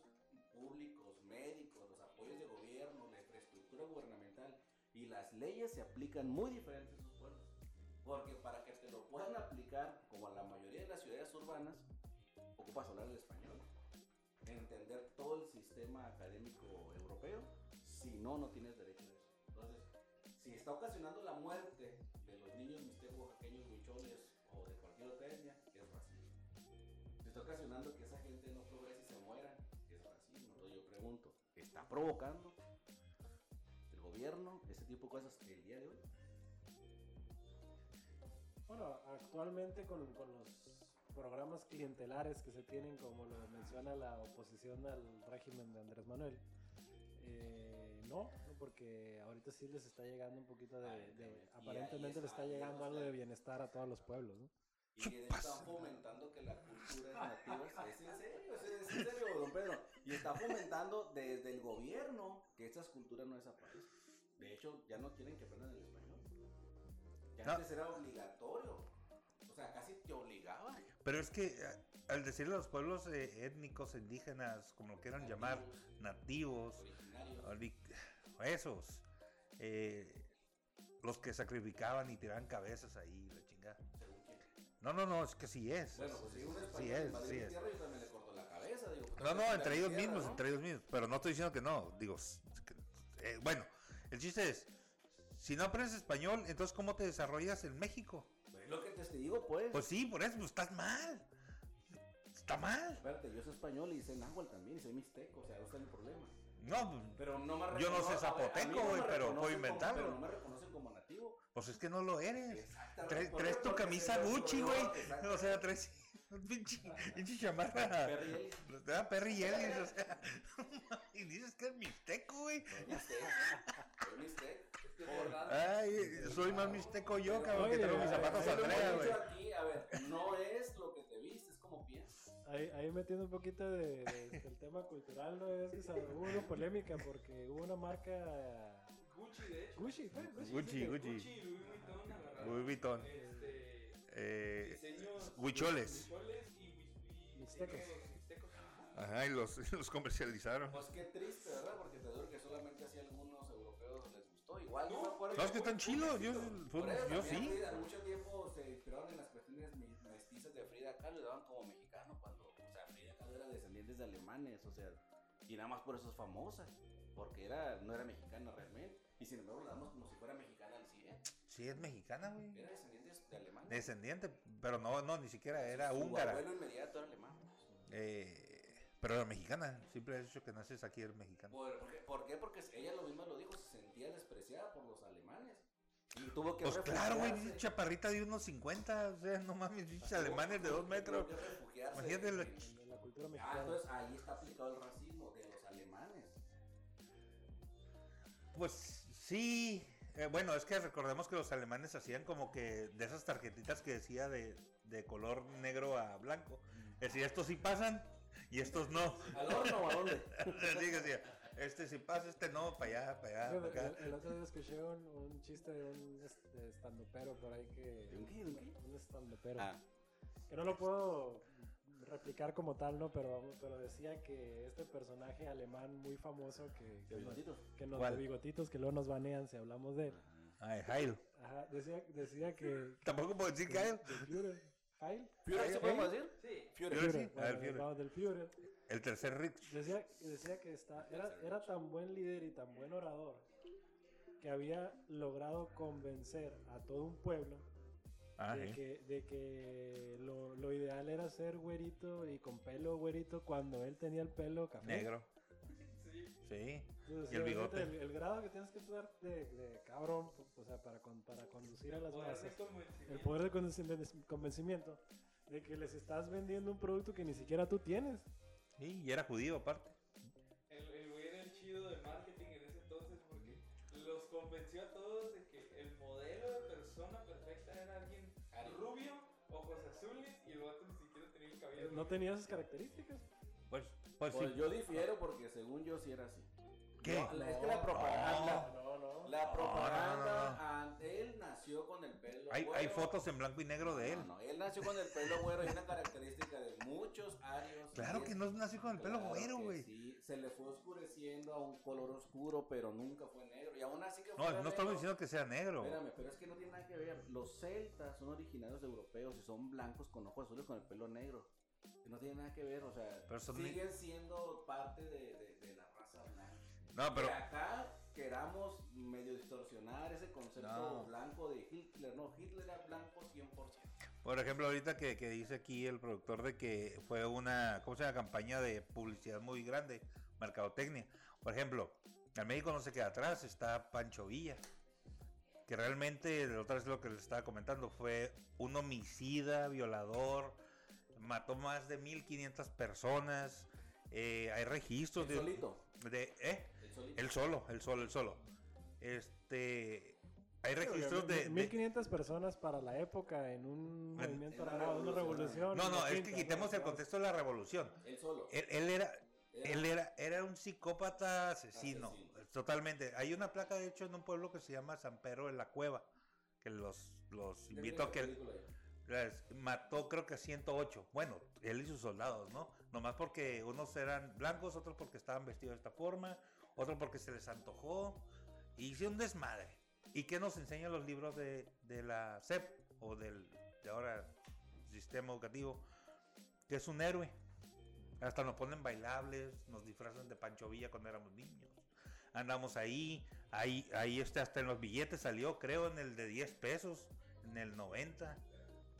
D: públicos, médicos, los apoyos de gobierno, la infraestructura gubernamental y las leyes se aplican muy diferentes en sus pueblos. Porque para que te lo puedan aplicar, como a la mayoría de las ciudades urbanas, ocupas hablar el español, entender todo el sistema académico europeo, si no, no tienes derecho a eso. Entonces, si está ocasionando la muerte de los niños mixtecos, oaxaqueños, huicholes o de cualquier otra etnia, es racismo. Si está ocasionando que esa gente no progrese y se muera, es racismo. Entonces yo pregunto, ¿está provocando el gobierno ese tipo de cosas el día de hoy?
C: Bueno, actualmente con, con los programas clientelares que se tienen, como lo menciona la oposición al régimen de Andrés Manuel, eh, no, no, porque ahorita sí les está llegando un poquito de... de-
D: Aparentemente. Y ahí
C: aparentemente
D: está,
C: le está
D: ahí
C: llegando
D: está.
C: algo de bienestar a todos los pueblos, ¿no?
D: Y que está fomentando que la cultura nativa es en serio, es en serio, don Pedro. Y está fomentando desde el gobierno que estas culturas no desaparezcan. De hecho, ya no quieren que aprendan el español. Ya
A: No.
D: antes era obligatorio. O sea, casi te obligaban.
A: Pero es que eh, al decirle a los pueblos eh, étnicos, indígenas, como lo quieran llamar, nativos,
D: Originarios.
A: oli- esos, eh, los que sacrificaban y tiraban cabezas ahí, la chingada.
D: según quién.
A: No, no, no, es que sí es.
D: Bueno, pues si un español
A: sí es,
D: invadió
A: sí
D: mi
A: es.
D: tierra, yo también le corto la cabeza. Digo, pues,
A: No, no, entre ellos
D: Tierra,
A: mismos,
D: ¿no?
A: entre ellos mismos. Pero no estoy diciendo que no. Digo, s- que- eh, bueno, el chiste es, si no aprendes español, entonces ¿cómo te desarrollas en México?
D: Es Lo que te digo, pues.
A: Pues sí, por eso, pues estás mal. Está mal.
D: Espérate, yo soy español y sé náhuatl también, y soy mixteco, o sea, no está el problema.
A: No, pues,
D: Pero no me
A: Yo no sé
D: recono- a ver, a
A: zapoteco,
D: mí no me
A: güey, pero
D: reconocen
A: puedo
D: como-
A: inventarlo.
D: Pero no me reconocen como nativo.
A: pues es que no lo eres.
D: Exactamente,
A: Traes,
D: por
A: traes
D: eso
A: tu
D: porque
A: camisa
D: se me
A: Gucci,
D: ocurrió,
A: güey.
D: exacto.
A: O sea, traes un pinche, pinche chamarra.
D: Ah, Perry Ellis,
A: Ah, Perry Ellis, o sea. Y dices que es mixteco, güey.
D: soy mixteco, soy mixteco.
E: Es que es verdad.
A: Ay, soy más mixteco yo, cabrón, que
C: Oye,
A: tengo mis
C: ay,
A: zapatos
D: Lo hemos
A: Andrea, güey.
D: dicho aquí, a ver, no es lo que te viste, es como piensas.
C: Ahí, ahí metiendo un poquito de, de- del tema cultural, ¿no? Es que sabe, hubo una polémica porque hubo una marca...
E: Gucci, de hecho.
C: Gucci, fue, Gucci.
A: Gucci,
C: sí, que-
A: Gucci.
E: Gucci y Louis Vuitton agarraron.
A: Louis Vuitton.
E: Este.
A: Eh,
E: Diseños.
A: huicholes.
E: Huicholes y. huis- y
C: Mixtecos.
E: diseños mixtecos.
A: Ajá, y los, los comercializaron.
D: Pues qué triste, ¿verdad? Porque te digo que solamente así a algunos europeos les gustó. Igual no me acuerdo.
A: ¿Sabes que están chilos? Yo,
D: Por eso
A: yo
D: también
A: sí.
D: Frida, mucho tiempo se inspiraron en las cuestiones mi- mestizas de Frida Kahlo y daban como mexicano cuando, o sea, Frida Kahlo era descendiente de alemanes, o sea, y nada más por eso es famosa, porque era, no era mexicana realmente, y sin embargo la damos como si fuera mexicana al 100,
A: Sí, es mexicana, güey.
D: era descendiente de alemanes.
A: Descendiente, pero no, no, ni siquiera era
D: Su
A: húngara.
D: abuelo inmediato era alemán. pues.
A: Eh, pero era mexicana. Siempre has dicho que naces aquí, eres mexicano.
D: ¿Por, por qué? ¿Por qué? Porque ella lo misma lo dijo, se sentía despreciada por los alemanes. Y tuvo que
A: Pues claro, güey,
D: refugiarse.
A: una chaparrita de unos 50. O sea, no mames, pinches alemanes de dos metros.
D: Tuvo que refugiarse
A: Imagínate la-
D: en-
C: de la cultura
D: Ah,
C: mexicana.
D: entonces ahí está aplicado el racismo de los alemanes.
A: Pues sí. Eh, bueno, es que recordemos que los alemanes hacían como que de esas tarjetitas que decía de, de color negro a
D: Mm.
A: blanco. Es decir, estos sí pasan y estos no.
D: ¿Al horno o a dónde?
A: Así que decía, Este si pasa, este no, para allá, para allá,
C: Fíjate que
A: para
C: El,
A: acá.
C: el otro día escuché un, un chiste de un este, estandopero por ahí que.
D: ¿De un qué? ¿De un qué?
C: Un estandopero.
D: Ah,
C: Que no lo puedo replicar como tal, ¿no? Pero, pero decía que este personaje alemán muy famoso que,
D: de
C: que, nos,
D: bigotitos.
C: que nos-
A: ¿Cuál?
C: de bigotitos, que luego nos banean si hablamos de él.
A: Ay, Jairo.
C: Ajá, decía, decía que.
A: Tampoco puedo decir Jairo.
C: que- del Führer. Heil.
D: ¿Führer
C: ¿eh?
D: se podemos decir?
E: Sí,
A: Führer, sí.
C: Führer,
A: A ver,
C: bueno,
A: Führer.
C: vamos del Führer.
A: El tercer Rich.
C: Decía, decía que está, era, era tan buen líder y tan buen orador que había logrado convencer a todo un pueblo
A: Ah,
C: de
A: sí.
C: que, de que lo, lo ideal era ser güerito y con pelo güerito cuando él tenía el pelo café.
A: Negro.
E: sí.
A: Sí.
C: Entonces,
A: Y el
C: imagínate
A: bigote.
C: El, el grado que tienes que usar de, de cabrón, pues, o sea, para, con- para conducir a las
E: Poder de
C: masas. El
E: convencimiento.
C: poder de convenci- convencimiento de que les estás vendiendo un producto que ni siquiera tú tienes.
A: Sí, y era judío aparte.
E: El el güey era el chido de marketing en ese entonces porque los convenció a todos de que el modelo de persona perfecta era alguien rubio, ojos azules y el vato ni siquiera tenía el cabello.
C: No tenía esas características.
A: Pues, pues
D: Pues
A: sí.
D: yo difiero porque según yo sí era así.
A: ¿Qué?
D: No, la- es que la propaganda.
C: No, no.
D: La
A: no, no,
D: propaganda.
A: no.
D: ah, Él nació con el pelo.
A: Hay,
D: güero.
A: hay fotos en blanco y negro de él.
D: No, no, él nació con el pelo güero y una característica de muchos arios.
A: Claro
D: Y
A: que
D: es-
A: no nació con el pelo
D: claro
A: güero,
D: que
A: güey.
D: Sí, se le fue oscureciendo a un color oscuro, pero nunca fue negro. Y aún así que fuera
A: No, no
D: negro-
A: estamos diciendo que sea negro.
D: Espérame, pero es que no tiene nada que ver. Los celtas son originarios europeos y son blancos con ojos azules con el pelo negro. Que No tiene nada que ver, o sea,
A: Pero son ne-
D: siguen siendo parte de, de- de la raza blanca.
A: No, pero
D: Que acá queramos medio distorsionar ese concepto
A: No.
D: blanco de Hitler. No, Hitler era blanco 100%.
A: Por ejemplo, ahorita que, que dice aquí el productor de que fue una, ¿cómo se llama? Campaña de publicidad muy grande, mercadotecnia. Por ejemplo, el México no se queda atrás, está Pancho Villa, que realmente, la otra vez lo que les estaba comentando, fue un homicida, violador, mató más de 1.500 personas, eh, hay registros
D: El
A: de...
D: solito,
A: de- ¿eh?
D: el solito.
A: El solo, el solo, el solo. Este... Hay registros de- de,
C: 1500 personas para la época en un
A: En-
C: movimiento
D: en una
C: armado, una
D: revolución.
C: revolución.
A: No, no,
C: una
A: es que
C: pinta,
A: quitemos
C: ¿no?
A: el contexto de la revolución.
D: El solo.
A: Él, él era,
D: Era-
A: él era, era un psicópata asesino, eh,
D: Asesino.
A: totalmente. Hay una placa, de hecho, en un pueblo que se llama San Pedro de la Cueva, que los, los
D: Ya
A: invito a
D: tiene
A: que
D: película ya.
A: las- mató creo que a 108. Bueno, él y sus soldados, ¿no? Nomás porque unos eran blancos, otros porque estaban vestidos de esta forma, otros porque se les antojó. Y hizo un desmadre. ¿Y qué nos enseñan los libros de, de la SEP o del de ahora sistema educativo? Que es un héroe. Hasta nos ponen bailables, nos disfrazan de Pancho Villa cuando éramos niños. Andamos ahí, ahí, ahí este, hasta en los billetes salió, creo, en el de 10 pesos, en el 90.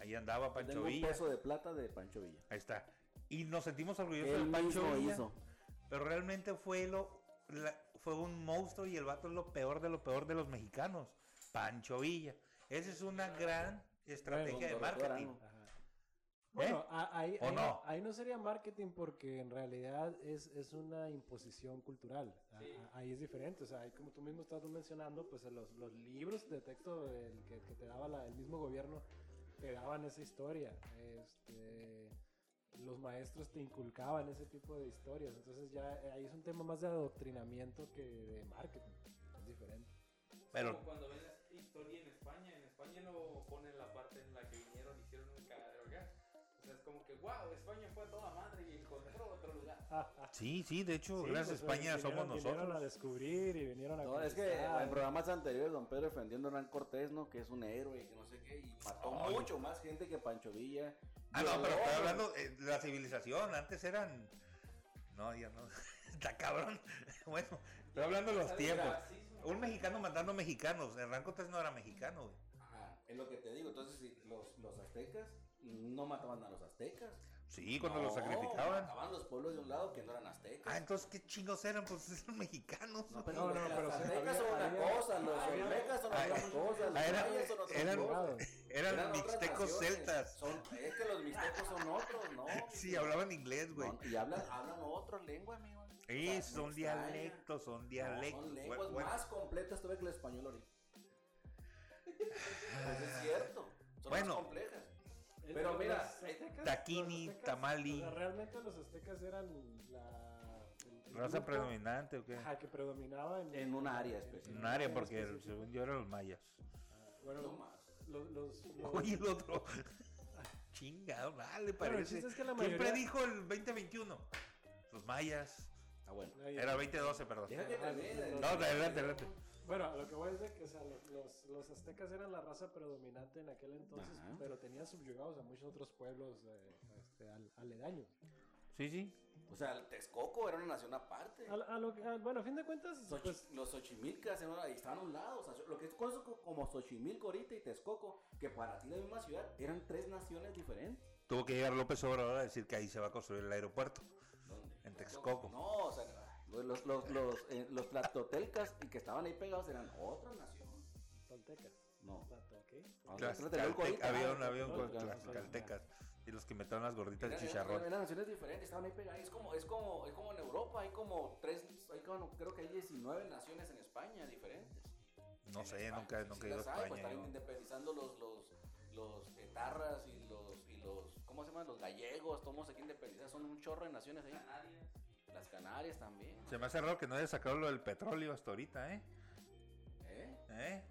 A: Ahí andaba Pancho
D: Tengo un
A: Villa.
D: peso de plata de Pancho Villa.
A: Ahí está. Y nos sentimos orgullosos
D: Él
A: de Pancho
D: mismo
A: Villa.
D: hizo.
A: Pero realmente fue lo la- fue un monstruo y el vato es lo peor de lo peor de los mexicanos. Pancho Villa. Esa es una gran estrategia de
D: Con Dorotea
A: marketing.
D: Arango.
C: Ajá. Bueno, a- ahí,
A: ¿Eh? ¿O
C: ahí
A: no?
C: ahí no sería marketing porque en realidad es, es una imposición cultural. A-
E: Sí.
C: a- Ahí es diferente. O sea, ahí como tú mismo estás mencionando, pues en los, los libros de texto del que, que te daba la- el mismo gobierno te daban esa historia. Este, los maestros te inculcaban ese tipo de historias. Entonces ya eh, ahí es un tema más de adoctrinamiento que de marketing. Es diferente.
A: Pero-
E: Como cuando ven la historia en España, en España no ponen la parte en la que vinieron y hicieron un cagadero acá. O sea, es como que, wow, España fue a toda madre y encontró otro lugar.
A: Sí, sí, de hecho,
C: Sí,
A: gracias
C: pues,
A: a España
C: vinieron-
A: somos
C: Vinieron a
A: nosotros.
C: descubrir y vinieron a
D: No, es que
A: Ah.
C: conquistar.
D: en programas anteriores Don Pedro defendiendo a Hernán Cortés, ¿no? Que es un héroe y que no sé qué, y mató
A: Ay.
D: mucho más gente que Pancho Villa.
A: Ah, no, pero
D: Violó,
A: estoy hablando eh, de la civilización. Antes eran. No, ya no. Está cabrón. Bueno, estoy hablando de los
E: ¿Sabes?
A: tiempos.
E: Racismo.
A: Un mexicano matando mexicanos. Hernán Cortés no era mexicano, güey.
D: Ajá, es lo que te digo. Entonces, sí, los, los aztecas no mataban a los aztecas.
A: Sí, cuando
D: No,
A: lo sacrificaban.
D: Mataban los pueblos de un lado que no eran
A: Ah,
D: aztecas.
A: entonces, ¿qué chingos eran? Pues eran mexicanos.
D: No, los
C: No, no, pero
D: los
C: sí,
D: aztecas son
C: había-
D: una
C: había-
D: cosa, los
C: había-
D: olmecas son
A: Ah,
D: otra cosa, los
A: ah, era-
D: mayas son otra
A: eran-
D: cosa.
C: Claro.
A: Eran,
D: Eran otras
A: mixtecos
D: naciones.
A: celtas.
D: Son- es que los mixtecos son otros, ¿no?
A: Sí, hablaban inglés, güey.
D: No, y hablan, hablan otra lengua, amigo.
A: Sí,
D: O sea, me
A: son
D: extraña.
A: dialectos, son
D: No,
A: dialectos.
D: Son
A: Bue-
D: lenguas
A: bueno,
D: más completas todavía que el español ahorita. Pues es cierto. Son
A: Bueno.
D: más complejas.
C: Eh,
D: Pero mira,
C: los aztecas-
A: taquini,
C: los aztecas,
A: tamali.
C: o sea, realmente los aztecas eran la, el
A: ¿Raza
C: grupo-
A: predominante o qué?
C: Ajá, que predominaba en,
D: En un área específica.
C: en
A: Un área, porque
C: específica.
A: según yo eran los mayas.
C: Bueno,
D: No más.
C: los, los, los-
A: Oye, el otro. Chingado, vale,
C: Bueno, el
A: parece.
C: chiste es que la
A: ¿Quién
C: mayoría-
A: predijo el 2021? Los mayas.
D: Está bueno.
C: Ay,
A: Era 2012, perdón.
D: Deja que
C: Ah,
D: termine.
C: no,
A: No, adelante, adelante.
C: Bueno, a lo que voy es de que o sea, lo- los, los aztecas eran la raza predominante en aquel entonces,
D: Ajá.
C: pero tenían subyugados a muchos otros pueblos eh, este, al- aledaños.
A: Sí, sí.
D: O sea, el Texcoco era una nación aparte.
C: A, a lo que- a- bueno, a fin de cuentas,
D: Xoch-
C: pues,
D: los Xochimilcas eran- ahí estaban a un lado. o sea, lo que es cosas co- como Xochimilco ahorita y Texcoco, que para ti la misma ciudad, eran tres naciones diferentes.
A: Tuvo que llegar López Obrador a decir que ahí se va a construir el aeropuerto.
D: ¿Dónde?
A: En Texcoco.
D: No, o sea, los, los, los, los, eh, los tlaxtotelcas y que estaban ahí pegados eran otra nación.
C: toltecas.
D: No.
C: Tlato, ¿qué?
D: O sea,
A: Las
D: Tlatelolco
A: Caltec-
D: ahorita,
A: había un
D: ¿no?
A: avión con
D: Tlatelolco,
A: las
D: o sea,
A: caltecas. Y los que metieron las gorditas de
D: Eran,
A: chicharrón.
D: eran- eran naciones diferentes, estaban ahí pegadas. Es como, es como, es como en Europa, hay como tres, hay como, creo que hay 19 naciones en España diferentes.
A: No
D: En
A: sé,
D: España,
A: nunca,
D: sí,
A: nunca
D: sí
A: he ido a
D: las hay, pues,
A: España.
D: están
A: yo.
D: independizando los, los, los etarras y los, y los, ¿cómo se llaman? Los gallegos, todos aquí independizados, son un chorro de naciones ahí. Las Canarias también.
A: Se me hace raro que no haya sacado lo del petróleo hasta ahorita, ¿eh?
D: ¿eh?
A: ¿Eh?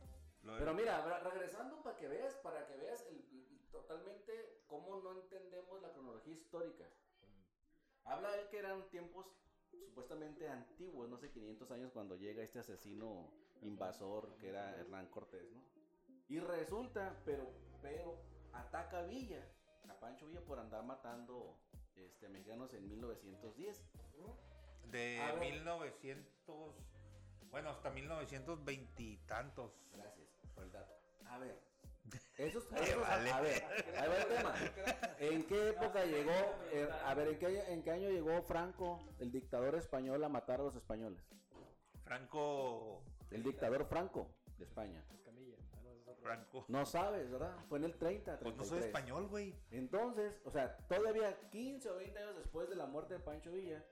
A: Lo del-
D: Pero mira, re- regresando para que veas, para que veas el- totalmente cómo no entendemos la cronología histórica. Mm. Habla él que eran tiempos supuestamente antiguos, no sé, 500 años cuando llega este asesino invasor que era Hernán Cortés, ¿no? Y resulta, pero, pero ataca a Villa, a Pancho Villa por andar matando este, mexicanos en 1910.
A: de
D: a ver.
A: 1900. Bueno, hasta 1920 y tantos.
D: Gracias por el dato. A ver. Eso es,
A: Me
D: eso es-
A: vale.
D: A ver, ahí va el tema. ¿En qué época llegó? eh, a ver, ¿en qué, año- ¿en qué año llegó Franco, el dictador español, a matar a los españoles?
A: Franco.
D: El dictador Franco de España.
C: Escamilla. Ah, no, ese es otro.
A: Franco.
D: No sabes, ¿verdad? Fue en el 30.
A: Pues no soy
D: 33.
A: español, güey.
D: Entonces, o sea, todavía 15 o 20 años después de la muerte de Pancho Villa,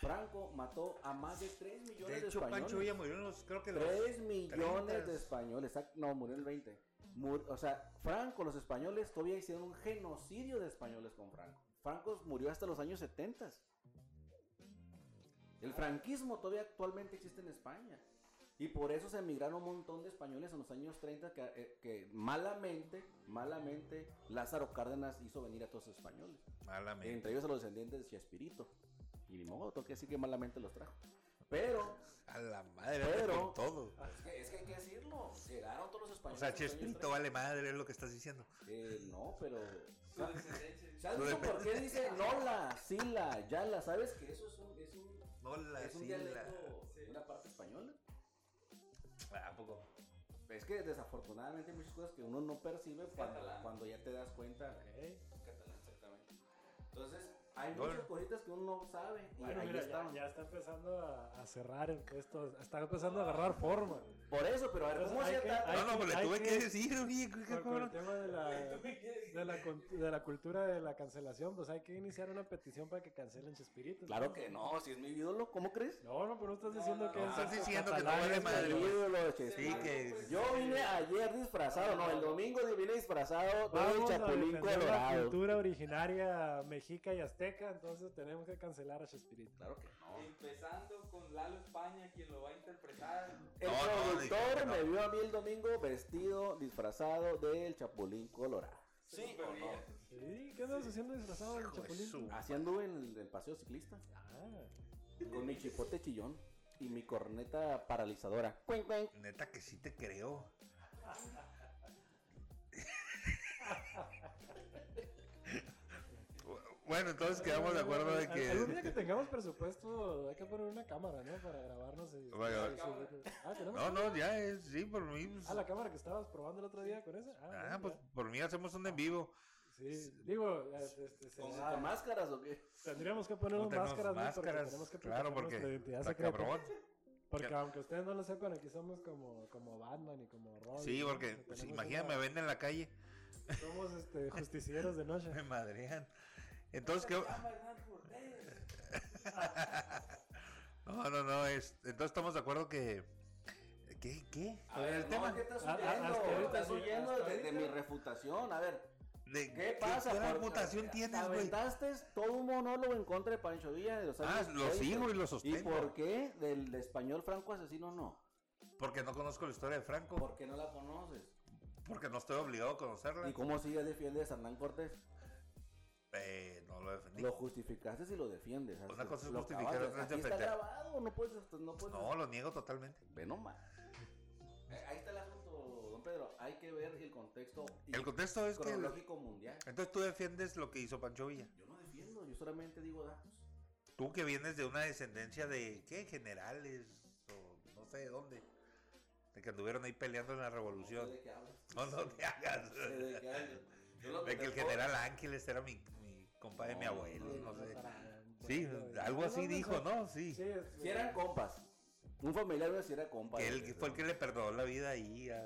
D: Franco mató a más de 3 millones
A: De
D: de,
A: hecho,
D: españoles.
A: Pancho Villa murió en los. Creo que los.
D: 3 millones
A: 30.
D: de españoles. sac- No, murió el 20. Mur- o sea, Franco, los españoles todavía hicieron un genocidio de españoles con Franco. Franco murió hasta los años 70. El franquismo todavía actualmente existe en España. Y por eso se emigraron un montón de españoles en los años 30 que, eh, que malamente, malamente Lázaro Cárdenas hizo venir a todos los españoles.
A: Malamente.
D: Entre ellos a los descendientes de Chespirito. Y ni modo, toque así que malamente los trajo. Pero
A: A la madre,
D: Pero-
A: anda con todo.
D: es que, Eh, es que hay que decirlo. Llegaron todos los
A: O
D: españoles.
A: sea,
D: en los años
A: Chespirito
D: 30.
A: vale madre, es lo que estás diciendo.
D: Eh, no, pero.
E: Su descendencia.
D: ¿Sabes
A: Lo de-
D: por qué dice Nola, Sila, Yala? ¿Sabes que eso es un, es un,
A: No la
D: es un
A: sí, la-
D: dialecto de una parte española?
A: Ah, ¿a poco?
D: Es que desafortunadamente hay muchas cosas que uno no percibe cuando,
E: Catalán.
D: cuando ya te das cuenta.
C: Ok.
D: Catalán, exactamente. Entonces, hay
A: Bueno.
D: muchas cositas que uno no sabe. Y
C: Bueno,
D: ahí
C: mira, ya,
D: están.
C: ya está empezando a, a cerrar el- esto, está empezando a agarrar forma.
D: Por eso, pero a ver,
C: Entonces,
D: ¿cómo
C: hay
D: se
C: que-
D: trata?
C: hay
A: No, no, pues le
C: hay
A: tuve
C: que-
A: que, decir, oye, qué
C: Con, con el
A: cabrón.
C: tema de la, de la, con- de la cultura de la cancelación, pues hay que iniciar una petición para que cancelen Chespirito.
D: Claro
C: ¿no?
D: que no, si es mi ídolo, ¿cómo crees?
C: No, no, pero no estás
E: No,
C: diciendo
E: no,
C: que...
E: no,
C: es
A: estás
C: este,
A: diciendo que no Ah,
C: catalán,
A: vale
C: es
A: madre,
D: Mi
A: güey.
D: ídolo de
A: Sí,
D: Chespirito.
A: que.
D: Yo vine ayer disfrazado, no, el domingo vine disfrazado de
C: Vamos a
D: Chapulín
C: defender la
D: Colorado.
C: cultura originaria mexica y azteca, entonces tenemos que cancelar a Chespirito.
D: Claro que no.
E: Empezando con Lalo España, quien lo va a interpretar.
D: El
A: No, no,
D: productor
A: dije que no.
D: me vio a mí el domingo vestido, disfrazado del Chapulín Colorado.
E: Sí, o no.
C: Sí, ¿Qué andas haciendo disfrazado del
A: Hijo de
C: Chapulín?
A: su-
D: Así anduve en el, el paseo ciclista,
C: Ah,
D: con mi chipote chillón y mi corneta paralizadora. Cuin, cuin.
A: Neta que sí te creo. bueno, entonces quedamos de acuerdo de
C: Algún día
A: que.
C: que tengamos presupuesto, hay que poner una cámara, ¿no? Para grabarnos. Y,
A: Bueno.
C: y subirlo. ah, tenemos.
A: No, no, ya es, sí, por mí. pues,
C: Ah, la cámara que estabas probando el otro día con esa. Ah,
A: ah,
C: bueno,
A: pues
C: ya.
A: por mí hacemos un en vivo.
C: Sí, digo, este, este, se-
D: ¿Con
C: ah,
D: con máscaras o qué?
C: tendríamos que ponernos
A: No tenemos
C: máscaras, ¿no?
A: máscaras,
C: porque tenemos que
A: claro,
C: proteger
A: porque
C: nuestra identidad
A: está
C: secreta.
A: cabrón.
C: Porque
A: Que-
C: aunque ustedes no lo sepan, aquí somos como, como Batman y como Robin.
A: Sí,
C: ¿no?
A: porque
C: Tenemos
A: pues,
C: una-
A: imagínate, me ven en la calle,
C: Somos este, justicieros de noche.
A: me madrean. Entonces, ¿qué?
E: Llama Hernán Cortés.
A: No, no, no, es, entonces estamos de acuerdo que... ¿Qué? ¿Qué? ¿Cuál era el
D: no,
A: tema?
D: ¿qué estás
C: Ah, ah,
D: huyendo?
C: hasta ahorita,
D: Estás
C: sí,
D: huyendo
C: hasta
D: de, de
C: ahorita.
D: mi refutación. A ver,
A: de-
D: ¿Qué pasa?
A: buena
D: por-
A: reputación tienes, güey?
D: Aventaste todo un monólogo en contra de Pancho Villa de los
A: Ah,
D: años
A: lo
D: 20.
A: sigo y lo
D: ¿Y
A: sostengo.
D: por qué del español franco asesino no?
A: Porque no conozco la historia de Franco.
D: ¿Por qué no la conoces?
A: Porque no estoy obligado a conocerla.
D: ¿Y cómo sigues de fiel de Hernán Cortés?
A: Eh, no lo defendí.
D: Lo justificaste si lo defiendes. así
A: Una cosa es
D: lo
A: justificar,
D: acabas de-
A: otra es
D: aquí está
A: defender.
D: grabado, no puedes... No puedes
A: No, lo niego totalmente.
D: Ve nomás. Eh, Ahí está el asunto, don Pedro. Hay que ver el contexto y
A: El contexto es que...
D: cronológico mundial.
A: Entonces tú defiendes lo que hizo Pancho Villa.
D: Yo no defiendo, yo solamente digo datos.
A: Tú que vienes de una descendencia de, ¿qué? Generales o no sé de dónde. De que anduvieron ahí peleando en la
D: No sé
A: revolución.
D: de qué hablas.
A: No, no te hagas.
D: No sé de qué hablas. Yo lo
A: De que el
D: conozco.
A: general Ángeles era mi, mi compa de mi
D: No,
A: abuelo, no sé.
C: para-
A: Sí, pues,
C: bueno,
A: algo
C: no,
A: así
C: no,
A: dijo, ¿no?
C: Sí,
A: Sí.
C: es-
D: Si eran compas. Un familiar mío si era compa.
A: Que
D: de-
A: él fue el que le perdonó la vida ahí a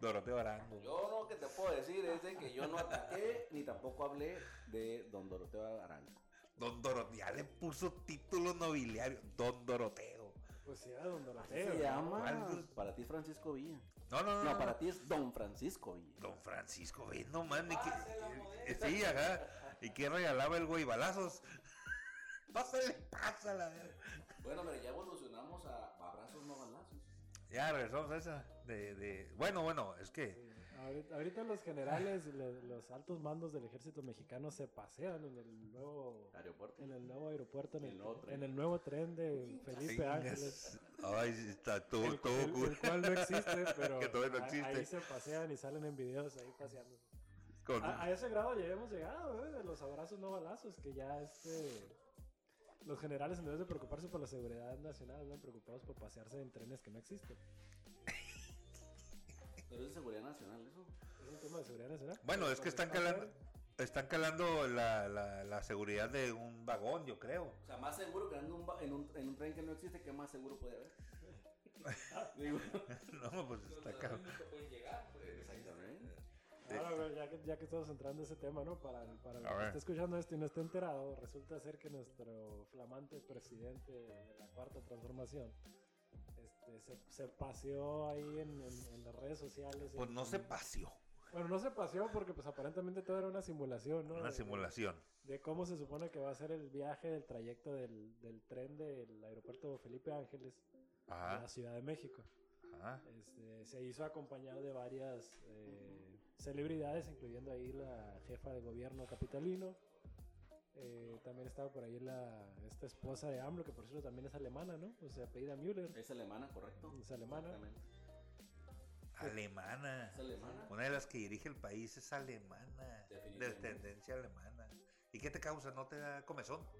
A: Doroteo Arango.
D: Yo lo que te puedo decir es de que yo no ataqué ni tampoco hablé de don Doroteo Arango.
A: Don Doroteo, ya le puso título nobiliario. Don Doroteo.
C: Pues sí, era don
D: Así
C: Doroteo.
D: se llama.
A: ¿Cuál?
D: Para ti es Francisco Villa.
A: No, no, no.
D: No,
A: no.
D: para ti es don Francisco Villa.
A: Don Francisco, ve, no mames.
E: Ah,
A: que-
E: se la
A: eh,
E: modé.
A: sí, ajá. ¿Y qué regalaba el güey? Balazos. Pásale, pásala. eh.
D: Bueno, pero ya evolucionamos a abrazos no balazos.
A: Ya regresamos a esa. De, de... Bueno, bueno, es que.
C: Ahorita, ahorita los generales, lo- los, altos mandos del ejército mexicano se pasean en el nuevo,
D: Aeropuerto.
C: en el nuevo aeropuerto, en
D: El
C: el,
D: nuevo tren.
C: en el nuevo tren de Felipe Ángeles.
A: Chingas. Ay, sí, está todo,
C: El,
A: todo
C: el-
A: cool.
C: el cual no existe, pero
A: Que todavía no
C: a-
A: existe.
C: ahí se pasean y salen en videos ahí paseando.
A: Con-
C: A, a ese grado ya hemos llegado, ¿eh? de los abrazos no balazos, que ya este... Los generales en vez de preocuparse por la seguridad nacional andan preocupados por pasearse en trenes que no existen.
D: Pero es de seguridad nacional eso.
C: Es un tema de seguridad nacional.
A: Bueno, es
C: Porque
A: que están
C: está
A: calando,
C: bien.
A: están calando la, la, la seguridad de un vagón, yo creo.
D: O sea, más seguro que ando un ba- en, un, en un tren que no existe, ¿qué más seguro puede haber? Digo,
A: No, pues
E: Los
A: está cabrón.
E: ladrones no pueden llegar. pues.
D: exactamente.
C: Ahora, güey, ya, que, ya que estamos entrando en ese tema, ¿no? Para, el- para el
A: A
C: que
A: ver.
C: esté escuchando esto y no esté enterado, resulta ser que nuestro flamante presidente de la Cuarta Transformación este, se, se paseó ahí en, en- en las redes sociales.
A: Pues
C: en-
A: no se
C: en-
A: paseó.
C: Bueno, no se paseó porque pues aparentemente todo era una simulación, ¿no?
A: Una
C: De-
A: simulación.
C: De cómo se supone que va a ser el viaje del trayecto del, del tren del aeropuerto Felipe Ángeles a
A: Ajá,
C: la Ciudad de México.
A: ajá.
C: Este, se hizo acompañar de varias eh, celebridades, incluyendo ahí la jefa de gobierno capitalino. Eh, también estaba por ahí la, esta esposa de AMLO, que por cierto también es alemana, ¿no? O sea, apellida Müller.
D: Es alemana, correcto.
C: Es alemana.
D: Exactamente.
A: Alemana.
D: Es alemana.
A: Una de las que dirige el país es alemana. De
D: Definitivamente.
A: tendencia alemana. ¿Y qué te causa? ¿No te da comezón?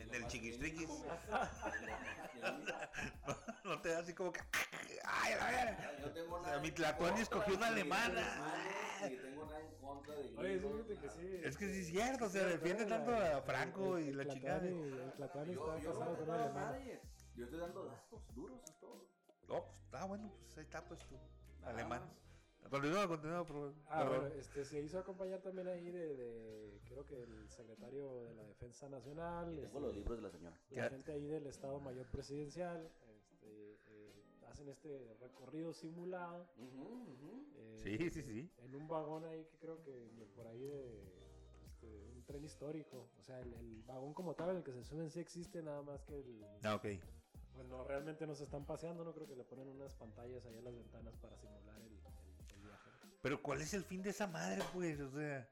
A: El
D: Eh, lo
A: del
D: más
A: chiquistriquis.
D: mínimo. Es lo más mínimo.
A: ¿No te da así como que... ¡Ay, la verga!
D: Yo tengo
A: O sea,
D: nada
A: mi
D: en
A: Tlatuani
D: contra
A: escogió una
D: de
A: alemana.
D: alemanes, ni tengo nada en contra de
C: Oye, sí,
D: gringos,
C: fíjate que
D: nada.
C: sí.
A: Es que sí es cierto, se defiende
C: la-
A: tanto a
C: el-
A: Franco
C: el-
A: y
C: el
A: la
C: Tlatuani-
A: chingada.
C: El Tlatuani
D: Yo,
C: está
D: yo no
C: casado
D: he tratado
C: con una
D: a
C: alemana.
D: nadie. Yo estoy dando datos duros, es todo.
A: No, pues está bueno, pues ahí está pues tú.
D: Nada
A: Alemán.
D: más.
A: Continúa, continúa, por favor.
C: Ah,
A: Perdón.
C: bueno, este, se hizo acompañar también ahí de, de- creo que el secretario de la Defensa Nacional.
D: Tengo
C: este,
D: los libros de la señora.
C: la
A: Ya.
C: gente ahí del Estado Mayor Presidencial este, eh, hacen este recorrido simulado.
D: Ujú, ujú.
C: eh,
A: Sí, sí, sí.
C: En un vagón ahí que creo que de- por ahí de este, un tren histórico. O sea, el, el vagón como tal en el que se suben sí existe, nada más que el,
A: Ah, ok.
C: pues no, realmente no se están paseando, no creo que le ponen unas pantallas ahí a las ventanas para simular el, el- el viaje.
A: Pero ¿cuál es el fin de esa madre, pues? O sea,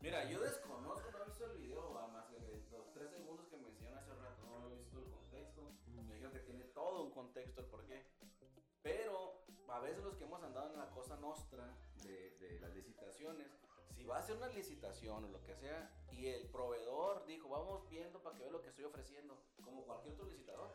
D: Mira, yo desconozco, no he visto el video, va, más que de los tres segundos que mencioné hace rato, no he visto el contexto. Me dijeron que tiene todo un contexto el porqué. Pero a veces los que hemos andado en la cosa nostra de, de las licitaciones, si va a ser una licitación o lo que sea, y el proveedor dijo, vamos viendo para que vea lo que estoy ofreciendo, como cualquier otro licitador,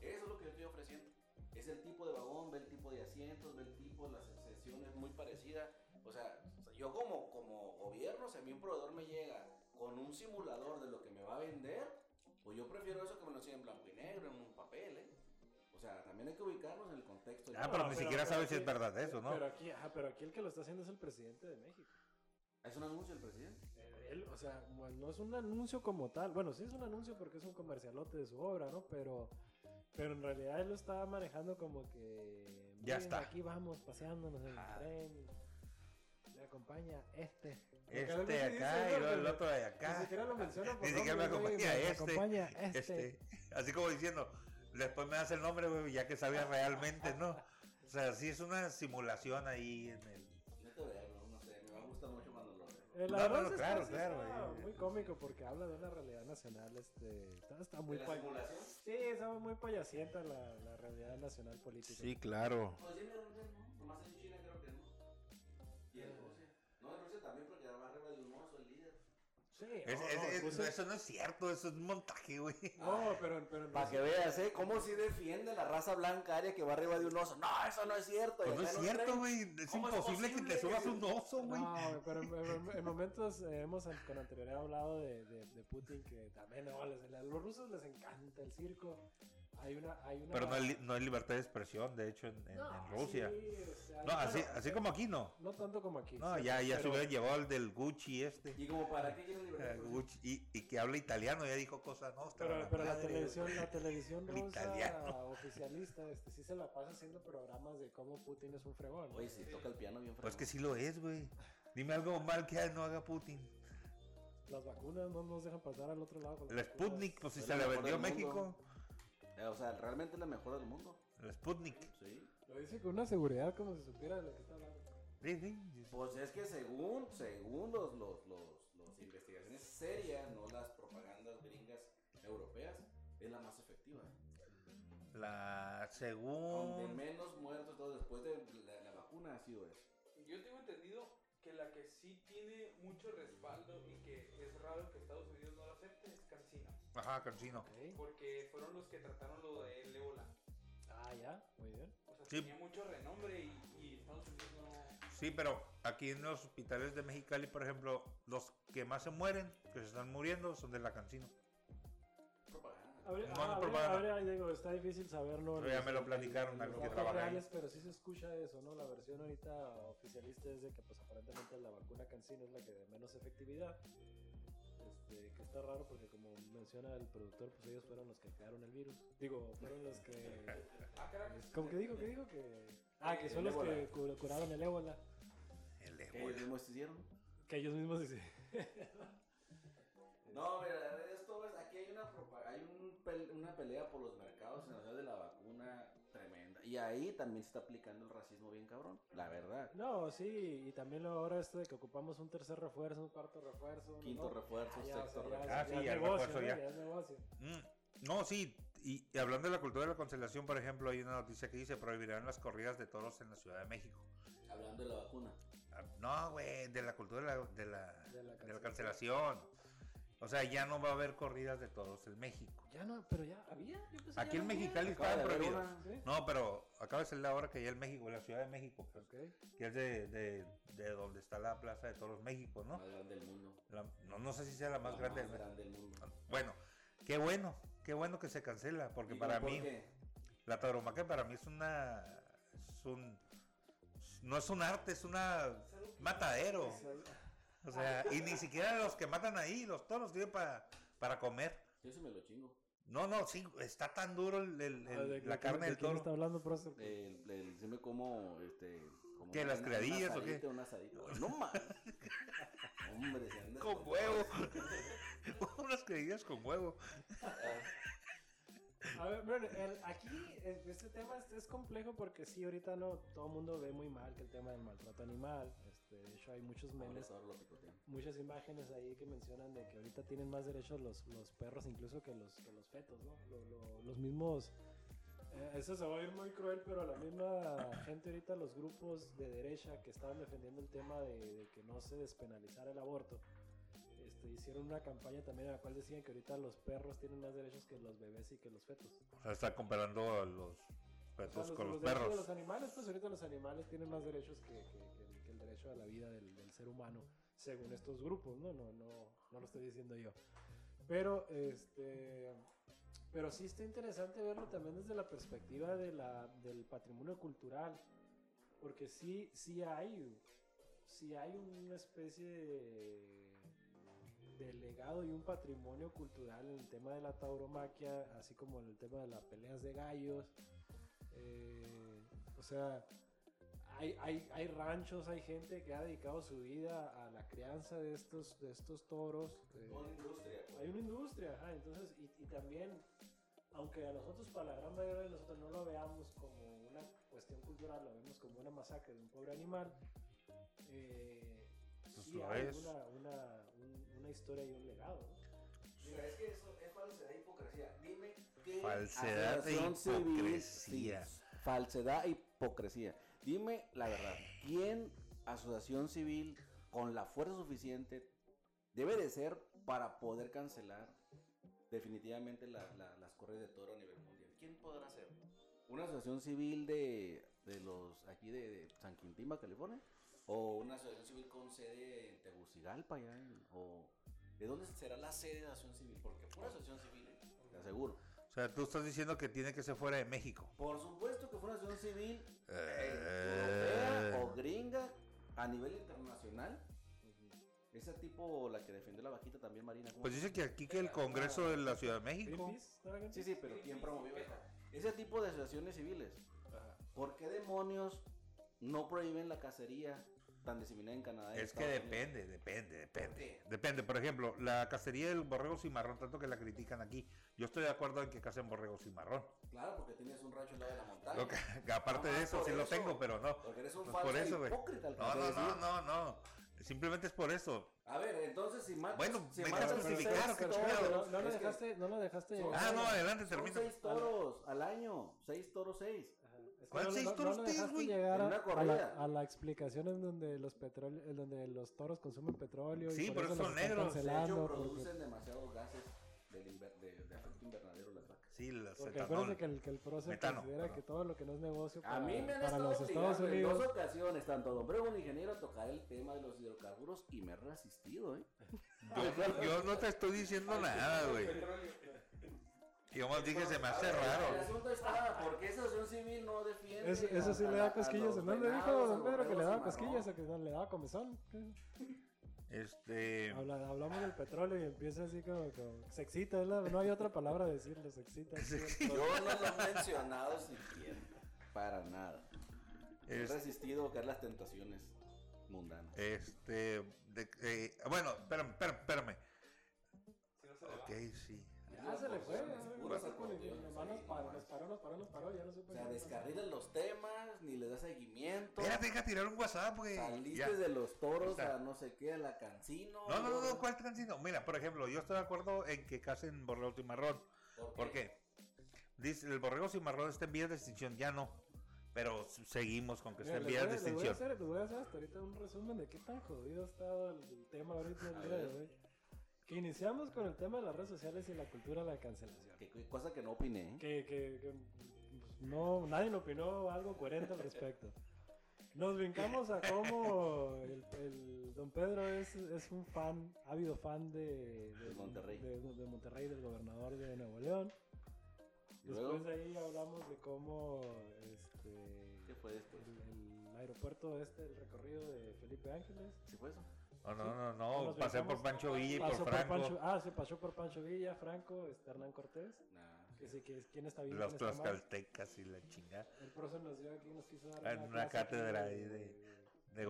D: eso es lo que yo estoy ofreciendo. Es el tipo de vagón, ve el tipo de asientos, ve el tipo, las sesiones muy parecida. O sea, yo como, como gobierno, si a mí un proveedor me llega con un simulador de lo que me va a vender, pues yo prefiero eso que me lo enseñen en blanco y negro, en un papel, ¿eh? O sea, también hay que ubicarnos en el contexto.
A: Ah, pero ni siquiera
C: pero
A: sabes si
C: aquí-
A: es verdad eso, ¿no?
C: Pero aquí, ajá, pero aquí el que lo está haciendo es el presidente de México.
D: Es un anuncio el presidente.
C: Eh, él, o sea, bueno, no es un anuncio como tal. Bueno, sí es un anuncio porque es un comercialote de su obra, ¿no? Pero, pero en realidad él lo estaba manejando como que.
A: Ya
C: "Miren,
A: está".
C: Aquí vamos paseándonos en el
A: Ah.
C: tren. Le acom- acompaña este.
A: Este
C: Porque
A: acá
C: dice,
A: y
C: ¿no?
A: luego el
C: Pero
A: otro de
C: Ni
A: acá.
C: siquiera lo menciona. por
A: Ni siquiera me
C: nombre, güey,
A: acompaña
C: me
A: este,
C: acompaña este.
A: Este, así como diciendo, después me das el nombre, güey, ya que sabía realmente, ¿no? O sea, sí es una simulación ahí en el.
D: Yo te veo, no sé, me va a gustar mucho cuando lo veo.
A: No,
C: Eh, la verdad
A: no,
C: es que
A: claro,
C: sí
A: claro, eh.
C: está
A: güey.
C: Muy cómico porque habla de una realidad nacional. Este, está, está muy
D: ¿De la
C: pa-
D: simulación?
C: Sí, está muy payasienta la, la realidad nacional política.
A: claro.
D: Pues Jimmy Rogers no, nomás en China creo que no. Y en Rusia. No, en Rusia también porque era más arriba de un oso el líder.
C: Sí, no, no, pues,
A: eso no es cierto, eso es un montaje, güey.
C: no, pero, pero no
D: Para
C: sé.
D: que veas, ¿eh? ¿Cómo si defiende la raza blanca área que va arriba de un oso? No, eso no es cierto.
A: Pues
D: Y
A: no
D: acá
A: es
D: en un
A: cierto,
D: tren,
A: güey. Es
D: ¿Cómo es
A: imposible que
D: posible
A: te
D: que
A: subas
D: se-
A: un oso, güey.
C: No, güey, pero en, en- en momentos eh, hemos an- con anterioridad hablado de, de- de Putin que también no, les- a los rusos les encanta el circo. Hay una, hay una
A: Pero no hay, li- no hay libertad de expresión, de hecho, en, en- en Rusia.
C: sí, o sea,
A: No, así,
C: bueno,
A: así como aquí no.
C: no tanto como aquí.
A: No,
C: sí,
A: ya, ya se
C: pero-
A: hubieran llevado el del Gucci este.
D: ¿Y como para qué quieren
A: Eh,
D: libertad?
A: Gucci, y, y que habla italiano, ya dijo cosas nostra.
C: Pero,
A: la
C: pero la
A: madre,
C: televisión, la televisión
A: El
C: rusa
A: italiano.
C: oficialista este, sí se la pasa haciendo programas de cómo Putin es un fregón. ¿no?
D: Oye, si toca el piano bien
A: Pues
D: fregón.
A: que sí lo es, güey. Dime algo mal que no haga Putin.
C: Las vacunas no nos dejan pasar al otro lado. con las
A: El
C: vacunas.
A: Sputnik, pues si
D: Es
A: se
D: la
A: le
D: mejor
A: vendió a
D: del mundo.
A: México.
D: Eh, O sea, realmente es la mejor del mundo.
A: El Sputnik.
D: Sí.
C: Lo dice con una seguridad como si supiera de lo que está hablando.
A: Sí, sí.
D: Pues es que según, según los, los, los, los investigaciones serias, no las propagandas gringas europeas, es la más efectiva.
A: La Ah.
D: Donde
A: según.
D: menos muertos todo después de la, la vacuna ha sido eso.
E: Yo tengo entendido que la que sí tiene mucho respaldo y que es raro que Estados Unidos no la acepte es Cancino,
A: Ajá, Cancino.
C: Ok.
E: porque fueron los que trataron lo del ébola.
C: Ah, ya, muy bien.
E: O sea,
A: Sí.
E: tenía mucho renombre y, y Estados Unidos no.
A: Sí, pero aquí en los hospitales de Mexicali, por ejemplo, los que más se mueren, que se están muriendo, son de la Cancino.
D: Propaganda.
C: Habría,
A: No,
C: ah,
A: no,
C: habría-
A: propaganda.
C: habría, digo, está difícil saberlo.
A: Pero ya
C: los-
A: me lo
C: los-
A: platicaron
C: los
A: algo que
C: datos
A: trabaja ahí.
C: reales, Pero sí se escucha eso, ¿no? La versión ahorita oficialista es de que, pues, aparentemente la vacuna Cancino es la que de menos efectividad. Este, que está raro porque, como menciona el productor, pues ellos fueron los que crearon el virus. Digo, fueron los que.
E: Ah, carajo.
C: ¿Cómo que dijo? ¿Qué dijo? Que. Ah, que son
D: El
C: los que
D: ébola.
C: cu- curaron el ébola.
A: El
D: ¿Qué ellos
A: ébola.
D: mismos hicieron?
C: Que ellos mismos dicen.
D: No, mira, esto es, aquí hay, una, propa- hay un pel- una pelea por los mercados en la ciudad de la vacuna tremenda. Y ahí también se está aplicando el racismo bien cabrón, la verdad.
C: No, sí, y también luego ahora esto de que ocupamos un tercer refuerzo, un cuarto refuerzo.
D: Quinto
C: ¿no?
D: refuerzo,
C: Ah, ya, o
D: sexto
C: sea, ya-
D: refuerzo.
A: Ah, sí,
C: ya es
A: ya el
C: negocio,
A: refuerzo
C: ¿no?
A: ya.
C: Ya es negocio.
A: Mm, No, sí. Y, y hablando de la cultura de la conciliación, por ejemplo, hay una noticia que dice prohibirán las corridas de toros en la Ciudad de México.
D: Hablando de la vacuna.
A: Ah, No, güey, de la cultura de la, de la-
C: De la
A: de la
C: cancelación.
A: cancelación. O sea, ya no va a haber corridas de toros en México.
C: Ya no, pero ya había. Yo pensé
A: Aquí
C: ya
A: en
C: no había.
A: Mexicali
D: Acaba de
A: estaban
D: haber
A: prohibidos.
D: una-
C: Sí.
A: No, pero acaba de ser la hora que ya el México, la Ciudad de México, pues,
C: Ok.
A: que es de, de- de donde está la Plaza de Toros México, ¿no?
D: Más grande del mundo.
A: La- no, no sé si sea la más
D: La
A: grande del
D: Más
A: mundo.
D: grande del mundo.
A: Bueno, qué bueno, qué bueno que se cancela, porque
D: Digo,
A: para
D: ¿por
A: mí,
D: qué?
A: la tauromaquia para mí es una. Es un, no es un arte, es una
E: Es algo que-
A: matadero.
C: O sea,
A: O sea, y ni siquiera los que matan ahí, los toros, tienen para, para comer.
D: Yo sí me lo chingo.
A: No, no, sí, está tan duro el- el- el-
C: Ah, ¿de- de-
A: la
C: de-
A: carne
C: de
A: del
C: quién está
A: toro.
C: hablando, profesor?
D: El, el, sí me como, este... Como
A: ¿Qué, las criadillas o qué?
D: Un asadito, güey. No más. Hombre, se anda...
A: Con huevo. Unas creídas con huevo.
C: A ver, bueno, el- aquí eh, este tema es, es complejo porque sí, ahorita no, todo el mundo ve muy mal que el tema del maltrato animal. Este, de hecho, hay muchos
D: Hombre,
C: memes,
D: ahora lo picotean.
C: muchas imágenes ahí que mencionan de que ahorita tienen más derechos los, los perros incluso que los, que los fetos, ¿no? Lo- lo- los mismos... eh, eso se va a ir muy cruel, pero la misma gente ahorita, los grupos de derecha que estaban defendiendo el tema de, de que no se despenalizara el aborto, este, hicieron una campaña también en la cual decían que ahorita los perros tienen más derechos que los bebés y que los fetos.
A: O sea, está comparando a los
C: O sea,
A: perros con los
C: derechos de
A: perros.
C: los animales, pues ahorita los animales tienen más derechos que, que- que el, que el derecho a la vida del, del ser humano, según estos grupos, ¿no? No, no, no lo estoy diciendo yo. Pero, este, pero sí está interesante verlo también desde la perspectiva de la, del patrimonio cultural, porque sí, sí hay, sí hay una especie de, de legado y un patrimonio cultural en el tema de la tauromaquia, así como en el tema de las peleas de gallos. Eh, o sea, hay, hay, hay ranchos, hay gente que ha dedicado su vida a la crianza de estos, de estos toros. eh,
D: Toda una industria, pues.
C: hay una industria, ajá, entonces, y, y también, aunque a nosotros, para la gran mayoría de nosotros, no lo veamos como una cuestión cultural, lo vemos como una masacre de un pobre animal, eh,
A: Pues
C: sí
A: lo
C: hay
A: es.
C: una, una, un- una historia y un legado. ¿no?
D: Mira, es que eso es falsedad e hipocresía. Dime qué
A: Falsedad e
D: asociación civil-
A: hipocresía.
D: sí, falsedad e hipocresía. Dime la verdad. ¿Quién asociación civil con la fuerza suficiente debe de ser para poder cancelar definitivamente la- la- las corridas de toro a nivel mundial? ¿Quién podrá ser? ¿Una asociación civil de, de los aquí de, de San Quintín, Baja California? ¿O una asociación civil con sede en Tegucigalpa? allá en- ¿O de dónde será la sede de la asociación civil? Porque pura asociación civil, eh, te aseguro.
A: O sea, tú estás diciendo que tiene que ser fuera de México.
D: Por supuesto que fue una asociación civil eh,
A: Eh.
D: europea o gringa a nivel internacional. Ese tipo, la que defendió la bajita también, Marina. ¿cómo
A: Pues
D: se
A: dice que aquí que el Congreso de la Ciudad de México.
C: Greenpeace, ¿no era
D: Sí,
C: Greenpeace?
D: sí, pero ¿quién promovió eso? Ese tipo de asociaciones civiles. ¿Por qué demonios no prohíben la cacería tan diseminada en Canadá? y
A: Es que
D: Estados Unidos?
A: depende, depende, depende. Depende, por ejemplo, la cacería del borrego cimarrón, tanto que la critican aquí. Yo estoy de acuerdo en que cacen borrego cimarrón.
D: Claro, porque tienes un rancho al lado de la montaña.
A: Lo que- que aparte de
D: Nomás
A: eso,
D: Ah. por
A: sí lo
D: eso.
A: tengo, pero no.
D: Porque eres un
A: Pues
D: falso
A: por eso, güey.
D: hipócrita.
A: No,
D: alcancé
A: no,
D: a decir.
A: no, no, no. Simplemente es por eso.
D: A ver, entonces si matas...
A: Bueno,
D: si
A: me
D: matas
A: quiero
D: a seis-
A: justificar, ¿o qué
C: Pero,
A: chingado?
C: pero no, lo
D: Es que-
C: dejaste, no lo dejaste
D: Son-
C: llegar.
A: Ah, no, adelante,
D: Son
A: termina.
D: seis toros al año. Seis toros, seis.
C: Ajá. Es que
A: ¿Cuál
C: no-
A: seis
C: no- no
A: toros
C: lo
A: tienes,
C: dejaste
A: güey?
C: llegar
D: En una
C: a- a,
D: corrida.
C: la, a la explicación en donde los petróleo, en donde los toros consumen petróleo. y
A: Sí, por eso
C: los
A: son
C: están
A: negros.
D: De hecho,
C: cancelando, porque-
D: producen demasiados gases del inver- de, de efecto invernadero las vacas.
A: Sí, la
C: Porque acuérdense
A: cetanol.
C: que el, que el proceso
A: Metano,
C: considera
A: perdón.
C: que todo lo que no es negocio para,
D: A mí me han
C: para
D: estado
C: los Estados
D: obligando en
C: Unidos.
D: dos ocasiones, tanto Don Bravo, un ingeniero, a tocar el tema de los hidrocarburos y me he resistido, ¿eh?
A: Yo, yo no te estoy diciendo nada, güey. Yo más dije, se me hace
D: El
A: raro.
D: asunto está, ¿por qué esa asociación civil no defiende?
C: Eso, eso sí
D: a-
C: le
D: a-
C: da
D: a
C: cosquillas.
D: los
C: ¿No le dijo
D: venados, a
C: don
D: los
C: Pedro que le
D: borregos
C: daba
D: y marrón?
C: cosquillas o que no le daba comezón? ¿Qué?
A: Este.
C: Habla- hablamos del petróleo y empieza así como, como- se excita, es la- no hay otra palabra a decirlo, se excita.
A: Se
C: sí.
A: excita.
D: Yo no lo he mencionado siquiera. Para nada. He
A: es-
D: resistido a caer las tentaciones mundanas.
A: Este. de- eh, bueno, espérame, espérame, espérame.
E: Si no se le va.
A: Ok, sí.
C: Ya Ah, se le fue,
D: Puras acordeones,
C: ya, ya,
D: acordeones,
C: nomás nos
D: ahí,
C: paró,
D: nomás.
C: nos paró, nos paró, nos paró, ya no supe
D: O sea,
C: qué
D: descarrilas los temas, ni le das seguimiento.
A: Espérate, deja tirar un WhatsApp, güey.
D: Saliste
A: Ya.
D: de los toros
A: Está.
D: a no sé qué, a la cancino.
A: No, no, no, no, ¿cuál cansino? Mira, por ejemplo, yo estoy de acuerdo en que casen borrego cimarrón. ¿Por qué? Dice, el borrego cimarrón está en vía de extinción, ya no. Pero seguimos con que
C: Mira,
A: está en
C: les
A: vía
C: voy a-
A: de
C: les voy a
A: extinción.
C: hacer, les voy a hacer hasta ahorita un resumen de qué tan jodido ha estado el, el tema ahorita el
D: A
C: día de
D: ver.
C: hoy. Que iniciamos con el tema de las redes sociales y la cultura de la cancelación.
D: Que- que- cosa que no opiné. ¿eh?
C: Que, que- que, pues, no, nadie opinó algo coherente al respecto. Nos brincamos a cómo el, el don Pedro es, es un fan, ávido fan de, de-
D: De Monterrey.
C: de- de Monterrey, del gobernador de Nuevo León.
D: Y luego,
C: Después de ahí hablamos de cómo este,
D: ¿Qué fue después?
C: el, el aeropuerto este, el recorrido de Felipe Ángeles.
D: ¿Sí fue eso?
A: No, no, no,
C: Nos
A: no. Pasé por
C: dejamos-
A: Pancho Villa y
C: Pasó
A: por Franco.
C: ah, se pasó por Pancho Villa, Franco, este, Hernán Cortés.
D: Nah.
C: Que sí, que es- quién está bien,
A: Los
C: quién está mal.
A: tlaxcaltecas y la chingada.
C: El profesor nos dio aquí, nos quiso dar
A: Ah, En una
C: clase aquí
A: cátedra ahí De
C: los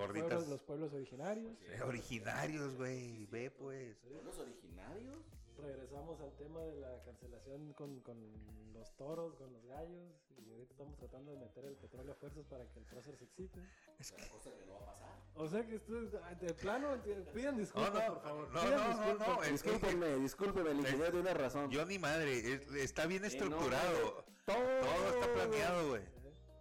C: pueblos-
A: gorditas.
C: los pueblos originarios.
D: Pues
A: Eh, Originarios, güey. Ve, pues.
D: ¿Los originarios?
C: Regresamos al tema de la cancelación con, con los toros, con los gallos. Y ahorita estamos tratando de meter el petróleo a fuerzas para que el prócer se excite.
D: O sea, cosa que no va a pasar.
C: O sea que esto es de plano, te- pidan disculpas,
A: No, no,
C: por favor.
A: no,
C: pidan
A: no, no,
C: disculpas.
A: no, Pues, es- Discúlpenme,
D: discúlpeme, el
A: ingeniero
D: tiene razón.
A: Yo ni madre. es- está bien
D: Eh, no,
A: estructurado.
D: todo,
A: Todo está planeado, güey.
C: Ajá.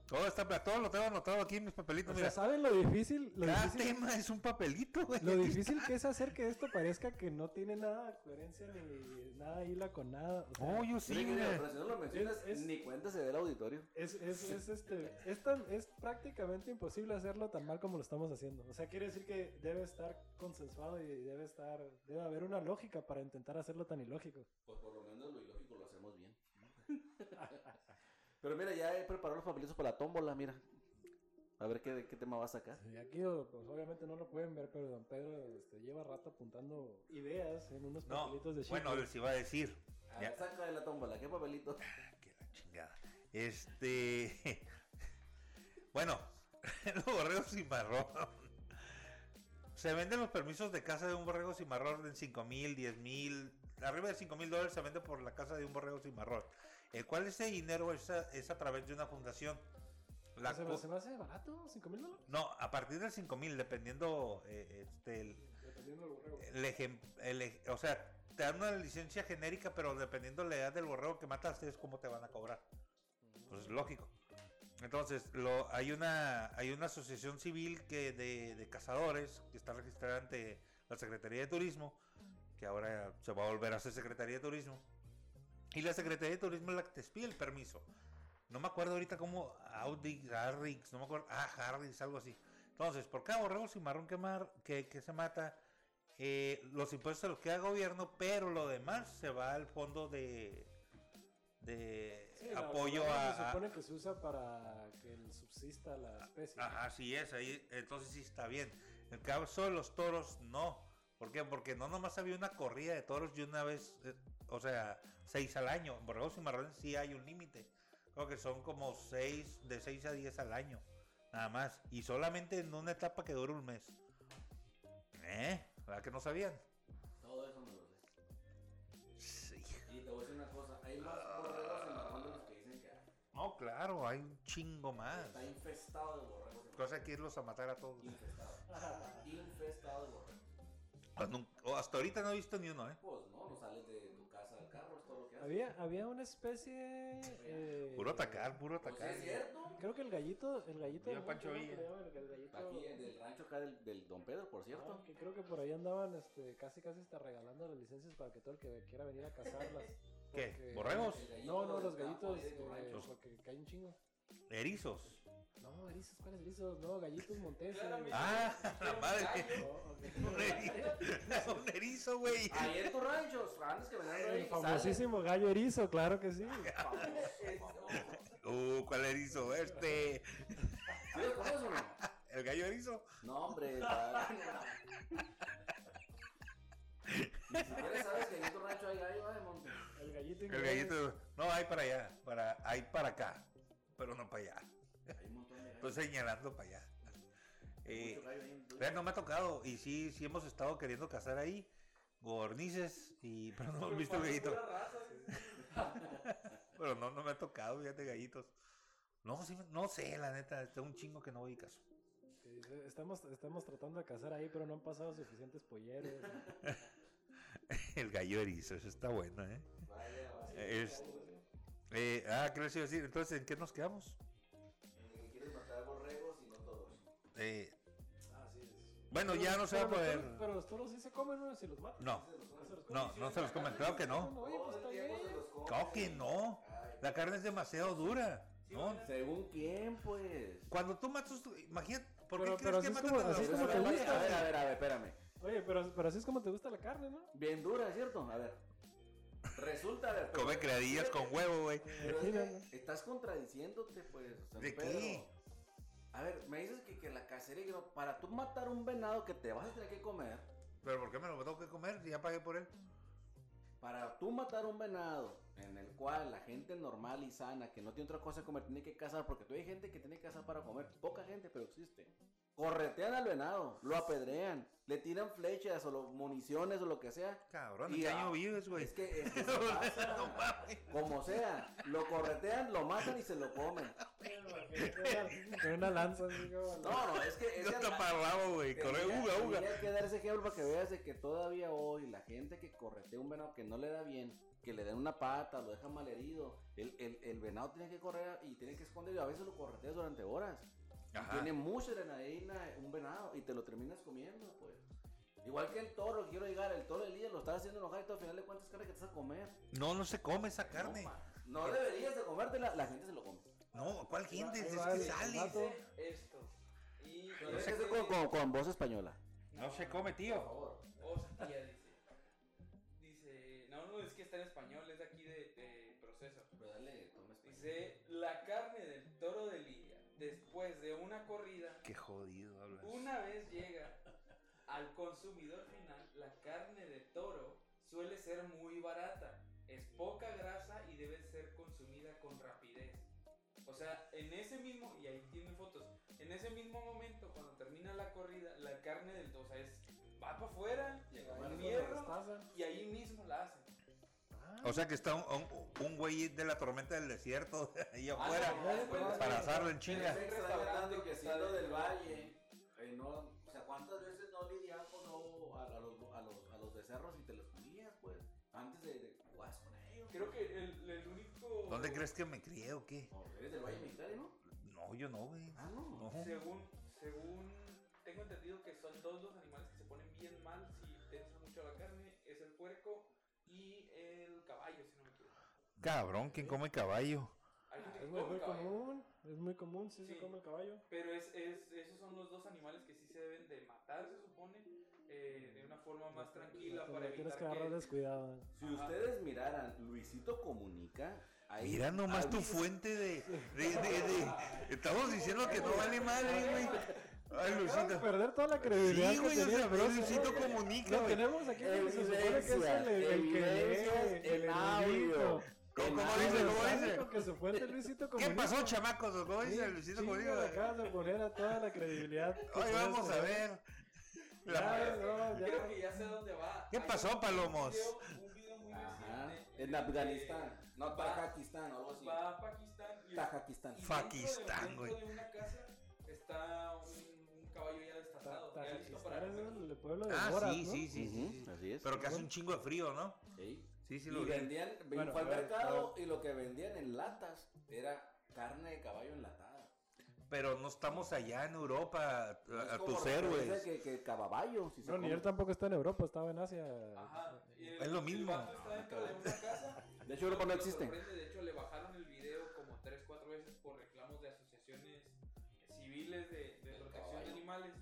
A: Todo está planeado. Todo lo tengo anotado aquí en mis papelitos.
C: O
A: Mira,
C: sea, ¿saben lo difícil? Lo
A: cada
C: difícil
A: tema es un papelito, güey.
C: Lo difícil que es hacer que esto parezca que no tiene nada de coherencia ni nada hila con nada. o sea,
A: Oh, yo
D: Sí,
A: sí,
D: ingeniero,
A: güey.
D: pero si no lo mencionas,
C: Es- es-
D: ni cuenta se dé al auditorio.
C: es, es, es, este, es, tan- es prácticamente imposible hacerlo tan mal como lo estamos haciendo. O sea, quiere decir que debe estar consensuado y debe estar, debe haber una lógica para intentar hacerlo tan ilógico.
D: Pues por lo menos lo ilógico lo hacemos bien. Pero mira, ya he preparado los papelitos para la tómbola, mira. A ver qué, qué tema va a sacar.
C: Y aquí, o- pues, obviamente no lo pueden ver, pero don Pedro este, lleva rato apuntando ideas en unos
A: No,
C: papelitos de
A: bueno,
C: Shakespeare.
A: les iba a decir.
D: A
A: Ya.
D: ver, saca de la tómbola, ¿qué papelito?
A: Que la chingada. Este. bueno, los borregos cimarrón. Se venden los permisos de casa de un borrego cimarrón en 5 mil, 10 mil, arriba de 5 mil dólares se vende por la casa de un borrego cimarrón. El cual ese dinero es a, es a través de una fundación. La
C: se, me,
A: cu-
C: se me hace barato, 5 mil dólares.
A: no, a partir de 5 mil, dependiendo eh, este, el,
C: Dependiendo del borrego.
A: el ejem- el ej- o sea, te dan una licencia genérica, pero dependiendo la edad del borrego que mataste es como te van a cobrar. Pues es lógico. Entonces, lo, hay una hay una asociación civil que de, de cazadores que está registrada ante la Secretaría de Turismo, que ahora se va a volver a ser Secretaría de Turismo. Y la Secretaría de Turismo es la que te pide el permiso. No me acuerdo ahorita cómo Audi, Harris, no me acuerdo, ah, Harris, algo así. Entonces, por cada borrego cimarrón que, mar- que, que se mata, eh, los impuestos se los queda el gobierno, pero lo demás se va al fondo de, de
C: Sí, la
A: apoyo
C: borrega
A: a,
C: Se
A: a-
C: supone que se usa para que el subsista la especie.
A: Ajá, así es, ahí entonces sí está bien. En el caso de los toros, no. ¿Por qué? Porque no nomás había una corrida de toros y una vez, eh, o sea, seis al año. En borregos y marrones sí hay un límite. Creo que son como seis, de seis a diez al año. Nada más. Y solamente en una etapa que dura un mes. ¿Eh? ¿Verdad que no sabían?
D: Todo eso me lo sé.
A: Sí.
D: Y te voy a decir una cosa, hay más borregos en Marrón de los que dicen que hay.
A: No, claro, hay un chingo más.
D: Está infestado de borregos. en
A: Cosa que irlos a matar a todos.
D: Marrón. Infestado. infestado de borregos.
A: O nun- o hasta ahorita no he visto ni uno, ¿eh?
D: Pues no, no sales de tu casa al carro, es todo lo que haces.
C: Había, había una especie. eh,
A: Puro atacar, puro
D: Pues
A: atacar.
D: es cierto.
C: Creo que el gallito. El gallito.
A: Yo
C: del
A: Pancho
C: monte, ¿no?
A: Villa.
C: Que le llaman, que el gallito-
D: Aquí en el rancho acá del, del Don Pedro, por
C: Ah,
D: cierto.
C: que creo que por ahí andaban este, casi casi hasta regalando las licencias para que todo el que quiera venir a cazarlas.
A: ¿Qué?
C: Porque-
A: ¿Borregos?
D: El gallito
C: No, no,
D: del
C: los
D: campo,
C: gallitos.
D: ahí de tu
C: eh,
D: rancho.
C: porque caen un chingo.
A: Erizos.
C: No, erizos, ¿cuáles erizos? No, gallitos monteses.
E: Claramente.
A: Ah, la madre.
E: Gallo.
C: No, ok.
A: Un erizo, un erizo, güey.
D: Ahí en tu rancho, antes que vengan
C: El
D: ahí.
C: famosísimo gallo erizo, claro que sí.
D: sale. Famoso, famoso.
A: Uh, ¿cuál erizo? Este,
D: ¿Sí lo conoces o no?
A: el gallo erizo.
D: No, hombre. la- Ni siquiera sabes que en tu rancho hay gallo, ¿eh, monte?
C: El gallito
A: El gallito. No, hay para allá, para, hay para acá, pero no para allá.
D: Hay un montón de
A: Estoy
D: gallos.
A: señalando para allá. Eh,
D: Mucho gallo ahí en tu-
A: vean, no me ha tocado y sí, sí hemos estado queriendo cazar ahí gornices y pero no hemos visto gallito.
E: Pura raza, güey.
A: Pero no, no me ha tocado, fíjate gallitos. No, sí, me- no sé, la neta, está un chingo que no voy a caso.
C: Que dice, Eh, Estamos, estamos tratando de cazar ahí, pero no han pasado suficientes polleros.
A: El gallo erizo, eso está bueno, ¿eh?
D: Vaya, vaya.
A: Es- eh, ah, ¿qué les iba a decir? Entonces, ¿en qué nos quedamos?
D: Que Quieres matar borregos y no todos.
A: Eh,
E: Ah,
C: Así es.
A: bueno, ya no se va
C: pero
A: a
C: los
A: poder.
C: toros- pero los toros sí se comen, ¿no? Si los matan.
A: No,
C: se los comen.
A: no, no se los comen. Claro que no.
C: Oye, pues está
D: Todo el tiempo
C: bien.
D: se los comen.
A: Claro que no. La carne es demasiado dura. No.
D: Según quién, pues.
A: Cuando tú matas, tu- imagínate, ¿por qué
C: Pero-
A: crees
C: pero
A: que
C: así es
A: matan
C: como-
A: a las
C: así es como
A: personas?
C: te
D: a, ver,
C: gusta.
D: a ver, a ver, a ver, espérame.
C: Oye, pero, pero así es como te gusta la carne, ¿no?
D: Bien dura, ¿cierto? A ver. Resulta, a ver. pues, pero-
A: Come creadillas con huevo, güey.
D: pero es
C: Mira,
D: que estás contradiciéndote, pues. o sea,
A: ¿De
D: Pedro.
A: qué?
D: A ver, me dices que, que la cacería, que no- para tú matar un venado que te vas a tener que comer,
A: Pero ¿por qué me lo tengo que comer si ya pagué por él?
D: para tú matar un venado en el cual la gente normal y sana, que no tiene otra cosa que comer, tiene que cazar, porque tú hay gente que tiene que cazar para comer, poca gente, pero existe. Corretean al venado, lo apedrean, le tiran flechas o lo- municiones o lo que sea.
A: Cabrón, ¿en
D: Y
A: ¿qué
D: ya.
A: año vives, güey?
D: Es
C: este
D: que, es que se pasa.
A: No mames.
D: Como sea, lo corretean, lo matan y se lo comen.
C: Con una lanza, así como-
D: No, no, es que es
A: No
D: que-
A: taparrabo, güey. Corre,
D: tendría-
A: uga, uga.
D: tendría que dar ese ejemplo para que veas de que todavía hoy la gente que corretea un venado que no le da bien, que le den una pata, lo deja malherido, el, el, el venado tiene que correr y tiene que esconderlo. A veces lo correteas durante horas. Y
A: Ajá.
D: Tiene mucha adrenalina un venado y te lo terminas comiendo, pues. Igual que el toro, quiero llegar, el toro del líder lo estás haciendo enojar y tú al final de cuentas, cara, que te vas a comer.
A: No, no se come esa carne.
D: No, ma- No deberías de comértela, la gente se lo come.
A: No, ¿cuál gente?
C: ahí
A: Es
C: va
A: que
C: el
A: sale.
C: vato.
E: Dice esto. Y.
D: Pero es que eso con, con- con voz española.
A: No se come,
D: Por
A: tío.
D: favor.
E: Hostia, dice. Dice. No, no, es que está en español, es de aquí de, de proceso.
D: Pero dale, toma
E: Dice: La carne del toro de Lidia, después de una corrida,
A: Qué jodido hablas.
E: Una vez llega al consumidor final, la carne de toro suele ser muy barata, es poca grasa y debe ser consumida con rapidez. O sea, en ese mismo, y ahí tienen fotos, en En ese mismo momento, cuando termina la corrida, la carne del o sea, es, va para afuera,
D: Y a
E: va
D: comer
E: al
D: con
E: hierro y ahí mismo la hacen.
A: O
C: Ah,
A: sea que está un, un- un güey de la tormenta del desierto ahí
E: Ah,
A: afuera
E: no, haz de cuenta
A: para
E: que-
A: asarlo en
E: Mira,
A: chinga.
E: sí.
D: Estoy
E: restaurante
D: restaurando
E: que
D: que
E: está
D: siendo
E: de-
D: del valle. eh, no, o sea, ¿cuántas veces no lidiamos no, a, a los, a, los, a los becerros y te los comías, pues? Antes de, de jugabas con ellos.
E: Creo que el, el único.
A: ¿Dónde crees que me crié o qué?
D: O eres del Valle Mexicano, ¿no?
A: No, yo no, güey.
D: Ah, no.
A: No.
E: Según, según tengo entendido que son dos los animales que se ponen bien mal si tensas mucho la carne, es el puerco y el caballo, si no me equivoco.
A: Cabrón, ¿quién come caballo?
E: Hay gente que
C: Es muy,
E: come
C: muy
E: caballo,
C: común, es muy común, sí,
E: Sí.
C: se come el caballo.
E: Pero es, es, esos son los dos animales que sí se deben de matar, se supone, eh, de una forma más tranquila
C: Pero
E: para
C: Tienes
E: evitar
C: que agarrarles cuidado. eh.
D: Si ustedes miraran Luisito Comunica, ahí.
A: Mira nomás tu
D: avisa-
A: fuente de, de- de- de- Estamos diciendo que no vale madre, güey. Ay,
C: Acabas de
A: Luisito.
C: perder toda la credibilidad
A: Sí, güey,
C: que
A: o
C: tenía
A: sea,
C: el Bronco,
A: Luisito
C: güey.
A: comunica,
C: Lo
A: güey.
C: tenemos aquí porque se supone que es el, el, el que
B: Evidencias
C: lee, el
B: en audio.
C: erudito.
A: ¿Cómo, cómo
C: Ah,
A: dice?
C: el
A: ¿Cómo dice?
C: sádico que se fue el Luisito
A: ¿Qué
C: Comunica.
A: pasó, chamacos? ¿Cómo
C: Sí,
A: dice Luisito
C: chinga,
A: Comunica?
C: le acabas de poner a toda la credibilidad. que
A: Hoy
C: puedes
A: vamos a
C: tener.
A: ver.
C: Ya,
A: La-
C: no, ya.
E: Creo que ya sé dónde va.
A: ¿Qué
E: Hay
A: pasó,
E: un
A: Palomos?
E: video- Un video muy
D: Ajá.
E: reciente.
D: En
E: eh,
D: Afganistán. No, Tajikistán o algo así.
E: Va a Pakistán y
D: Tajikistán.
E: Y
A: Fakistán,
E: dentro de- Dentro de una casa está un, un caballo ya destazado. ya listo para
C: Tajikistán es
E: comer.
C: el pueblo de
A: Ah,
C: Borat,
A: sí,
C: ¿no?
A: sí, sí, sí, sí.
D: Ujú, Así es.
A: Pero que hace un chingo de frío, ¿no?
D: Sí.
A: Sí, sí,
D: Y
A: lo vi.
D: vendían,
C: Bueno,
D: fue al
C: a ver,
D: mercado y lo que vendían en latas era carne de caballo enlatada.
A: Pero no estamos allá en Europa, a- a,
D: Es como
A: tus
D: lo que dice
A: héroes.
D: Que, que caballo, si se
C: No, ni
D: come.
C: él tampoco está en Europa, estaba en Asia.
A: Ah,
E: Ajá. y el-
A: Es lo mismo. Ah,
E: El vato está dentro de una casa.
D: De hecho, Europa no
E: Lo
D: existe.
E: sorprende, De hecho, le bajaron el video como 3, 4 veces por reclamos de asociaciones civiles de, de protección de
D: caballo.
E: animales.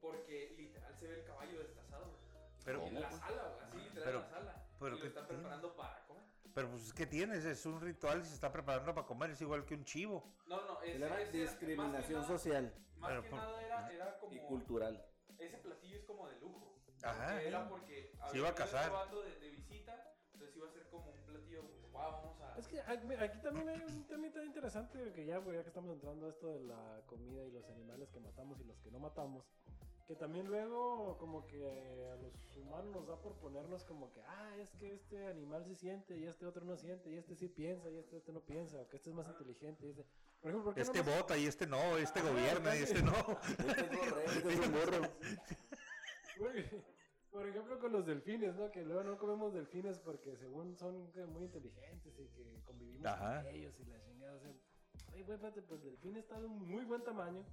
E: Porque literal se ve el caballo destazado.
A: Pero,
E: en la sala, güey, así literal
A: Pero-
E: en la sala.
A: pero
E: y lo
A: ¿qué
E: están
A: tiene?
E: preparando para comer.
A: pero pues, ¿qué tienes? Es un ritual y se está preparando para comer. Es igual que un chivo.
E: No, no, es,
D: Se llama
E: es- era- más que
D: discriminación
E: nada-
D: social
E: Más
A: Pero
E: que
A: por-
E: nada era, era como.
D: y cultural.
E: ese platillo es como de lujo.
A: Ajá.
E: Porque Era porque había
A: iba a
E: venido este
A: casar.
E: vato de, de visita, entonces iba a ser como un platillo, wow, vamos a...
C: Es que aquí aquí también hay un temita interesante que ya, güey, ya que estamos entrando a esto de la comida y los animales que matamos y los que no matamos, que también luego como que a los humanos nos da por ponernos como que, ah, es que este animal sí siente y este otro no siente y este sí piensa y este, este no piensa, o que este es más inteligente y este... Por ejemplo, ¿por qué no
A: Este
C: nos-
A: vota y este no, este gobierna y este no.
D: Este es borre, este es un borro.
C: Güey, Por ejemplo, con los delfines, ¿no? Que luego no comemos delfines porque según son que muy inteligentes y que convivimos
A: Ajá.
C: con ellos y la chingada. O sea, oye, güey, espérate, pues el delfín está de un muy buen tamaño.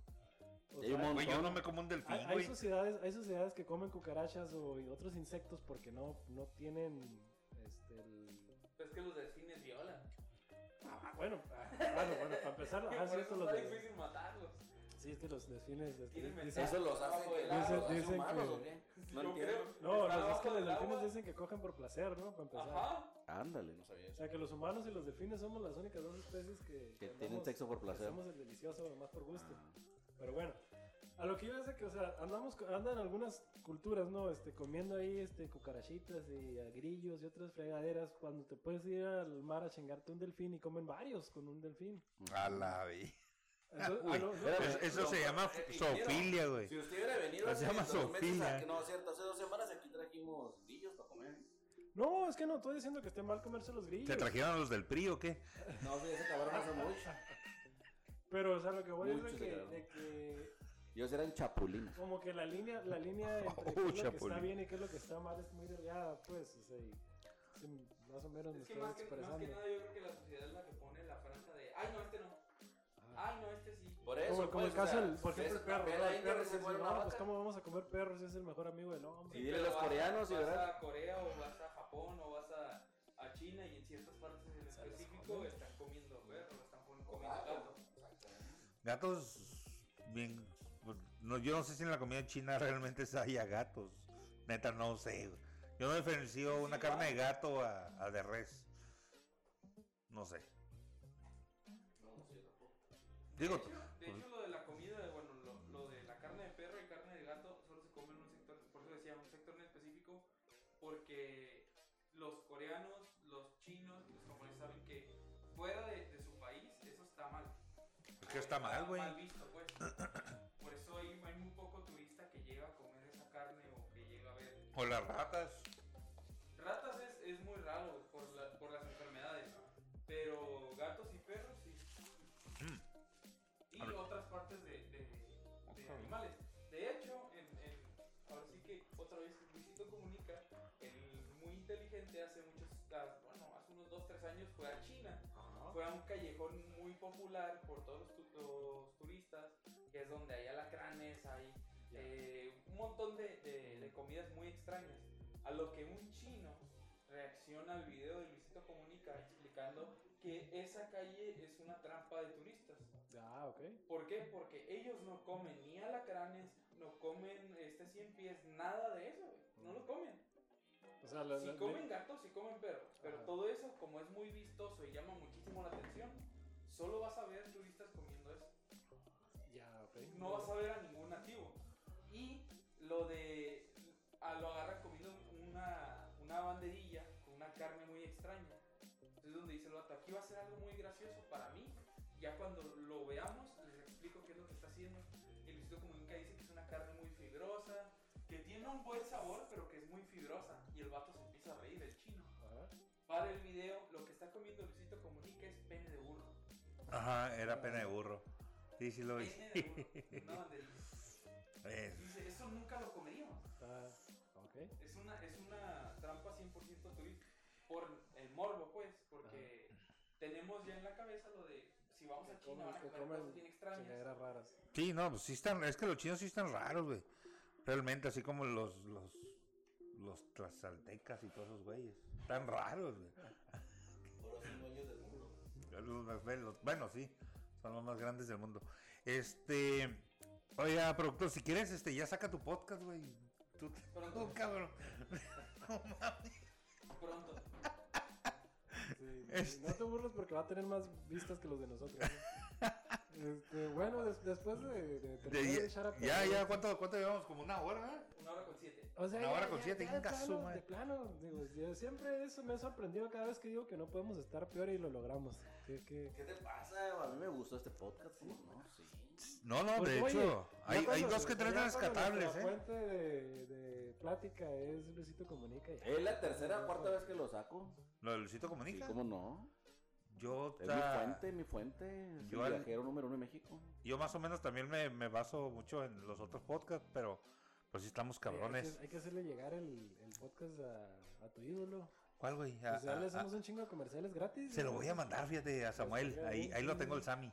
C: O
D: Hay un
C: sea,
A: Güey, yo no me como un delfín,
C: hay, hay
A: güey.
C: sociedades, hay sociedades que comen cucarachas o y otros insectos porque no, no tienen este, el-
E: Es que los delfines violan.
C: Ah, bueno, ah, bueno, bueno, para empezar,
E: Por
C: ah, sí,
E: eso
C: esto
E: está
C: los de-
E: difícil matarlos.
C: sí, es que los delfines... este,
E: Quieren
C: dicen-
E: meter-
D: Eso los hace que
E: Dicen-
D: los hace
C: dicen
D: humanos,
C: que-
D: ¿o qué?
E: Yo
D: No entiendo.
E: creo.
C: no,
E: Está
C: los- es pues,
E: abajo
C: que los
E: del
C: delfines
E: agua.
C: dicen que cogen por placer, ¿no? Para empezar.
E: Ajá.
D: Ándale, no sabía
C: O
D: eso.
C: sea, que los humanos y los delfines somos las únicas dos especies que...
D: Que
C: andamos-
D: tienen sexo por
C: que
D: placer.
C: Hacemos el delicioso, nomás por gusto.
D: Ah.
C: Pero bueno, a lo que yo es de que, o sea, andamos, co- andan algunas culturas, ¿no? Este, comiendo ahí, este, cucarachitas y a grillos y otras fregaderas. Cuando te puedes ir al mar a chingarte un delfín y comen varios con un delfín.
A: A la vi.
C: Entonces,
A: Uy,
C: a lo-
D: Ah, espérame.
A: Es- Eso se llama zoofilia, güey.
D: Si usted hubiera venido
A: Las
D: hace
A: llama
D: dos meses,
A: Sofía.
D: aquí- no, cierto, hace dos semanas aquí trajimos grillos para comer.
C: no, es que no, estoy diciendo que esté mal comerse los grillos.
A: ¿Te trajeron los del PRI o qué?
D: No, sí, ese cabrón hace mucho.
C: Pero, o sea, lo que voy es
D: Muchos
C: de
D: se
C: que,
D: quedaron.
C: de que
D: Ellos eran chapulines.
C: como que la línea, la línea entre
A: Oh,
C: qué es lo que está
A: Chapulín.
C: bien y qué es lo que está mal es muy delgada, pues, o sea, y- sí, más o menos me
E: Es que
C: estoy
E: más, que más
C: expresando.
E: que nada yo creo que la sociedad es la que pone la frase de, ay no, este no. Ay no, este sí.
D: Por
C: Como,
D: eso,
C: como el
D: pues, o
C: caso
D: sea,
C: del, por ejemplo, el
D: ves
C: perro,
D: papel
C: ¿no?
D: ahí
C: El
D: que
C: perro
D: se
C: dice,
D: mueve una
C: no, pues
D: vaca".
C: cómo vamos a comer perros si es el mejor amigo del hombre.
D: Sí, dile a
E: pero
D: los
E: vas-
D: coreanos y
E: vas
D: verán.
E: a Corea o vas a Japón o vas a, a China y en ciertas partes en específico están comiendo perro, están pon- comiendo gato.
A: Gatos, bien. pues, no, yo no sé si en la comida china realmente haya gatos. Neta, no sé. güey. Yo no diferencio una carne de gato a, a de res. No sé. Digo, pues,
E: De hecho, lo de la comida, bueno, lo, lo de la carne de perro y carne de gato solo se come en un sector, por eso decía, un sector en específico, porque los coreanos, los chinos, pues, los japoneses saben que fuera de, de su país eso está mal.
A: es que está mal, güey.
E: Mal visto, pues. Por eso hay, hay muy poco turista que llega a comer esa carne o que llega a ver.
A: O las ratas.
E: Ratas es, es muy raro por, la- por las enfermedades, pero gatos y perros sí. Y
A: Ahora-
E: otras partes de, de- de
A: Otra vez.
E: animales. De hecho, en, en- ahora sí que otra vez Luisito Comunica, el muy inteligente hace muchos, ah, bueno, hace unos 2-3 años fue a China. Fue a un callejón muy popular por todos los, tu- los turistas, que es donde hay alacranes, hay eh, un montón de, de- de comidas muy extrañas. A lo que un chino reacciona al video de Luisito Comunica explicando que esa calle es una trampa de turistas.
C: Ah, ok.
E: ¿Por qué? Porque ellos no comen ni alacranes, no comen este cien pies, nada de eso, güey. No lo comen.
C: O sea, lo-
E: Si
C: lo-
E: comen gatos, si comen perros, pero
C: Ajá.
E: todo eso, como es muy vistoso y llama muchísimo la atención, solo vas a ver turistas comiendo eso.
C: Ya, ok.
E: No vas a ver a ningún nativo. Y lo de. A lo agarran comiendo una, una banderilla con una carne muy extraña. Entonces, donde dice el vato, aquí va a ser algo muy gracioso para mí. Ya cuando lo veamos, les explico qué es lo que está haciendo. El Instituto Comunica dice que es una carne muy fibrosa, que tiene un buen sabor, pero que es muy fibrosa. Y el vato se empieza a reír, el chino.
C: Ajá.
E: Para el video, lo que está comiendo Luisito Comunica es pene de burro.
A: Ajá, era pena de burro. Sí, sí lo vi. Eh,
E: Pene de burro. No, banderilla.
A: Es-
E: Dice, eso nunca lo comeríamos.
C: Ah, ok.
E: Es una, es una trampa 100% turista. Por el morbo, pues, porque tenemos ya en la cabeza lo de si vamos a
C: Que
E: China van a
C: comen- que
E: comer cosas
C: comen
E: bien extrañas.
C: Chingaderas raras.
A: Sí, no, pues sí están, es que los chinos sí están raros, güey. Realmente, así como los, los, los tlaxaltecas y todos esos güeyes. Están raros, güey.
D: Ahora son dueños del mundo.
A: Los más belos- bueno, sí, son los más grandes del mundo. Este, oiga, productor, si quieres, este, ya saca tu podcast, güey. Tú,
E: Pronto.
A: tú, cabrón. No mames.
E: Pronto.
C: Sí,
A: Este-
C: No te burles porque va a tener más vistas que los de nosotros. ¿no? Este, bueno, des- después de, de terminar
A: De-
C: de echar a
A: ya,
C: perder-
A: ya, ¿cuánto, cuánto llevamos? Como una hora, ¿verdad?
E: Una hora con siete.
C: O sea,
A: Una
C: ya-
A: hora con
C: ya-
A: siete,
C: ya
A: hija
C: de
A: su
C: plano,
A: madre.
C: De plano, digo, yo siempre eso me ha sorprendido cada vez que digo que no podemos estar peor y lo logramos. Que, que-
D: ¿Qué te pasa? A mí me gustó este podcast, ¿cómo no? Sí.
A: No, no,
C: Porque,
A: de
C: Pues oye,
A: hecho,
C: ya
A: hay, hay
C: cuando-
A: dos que
C: ya
A: tres
C: cuando
A: rescatables,
C: nuestra
A: ¿eh?
C: fuente de, de plática es Luisito Comunica. ya.
A: Eh,
D: Es la tercera cuarta vez que lo saco.
A: Lo de Luisito
D: Sí,
A: Comunica.
D: ¿cómo no?
A: Yo,
D: Es mi
A: ta-
D: fuente, mi fuente. Es
A: Yo
D: el
A: al-
D: viajero número uno en México.
A: yo más o menos también me, me baso mucho en los otros podcasts, pero pues sí estamos
C: Hay
A: cabrones.
C: que, hay que hacerle llegar el, el podcast a, a tu ídolo.
A: ¿Cuál, güey? A-
C: Pues ya le
A: a-
C: hacemos un chingo de comerciales gratis.
A: Se lo
C: ¿no?
A: voy a mandar, fíjate, a Samuel.
C: estaría
A: Ahí,
C: bien,
A: ahí lo
C: sí.
A: tengo el Sammy.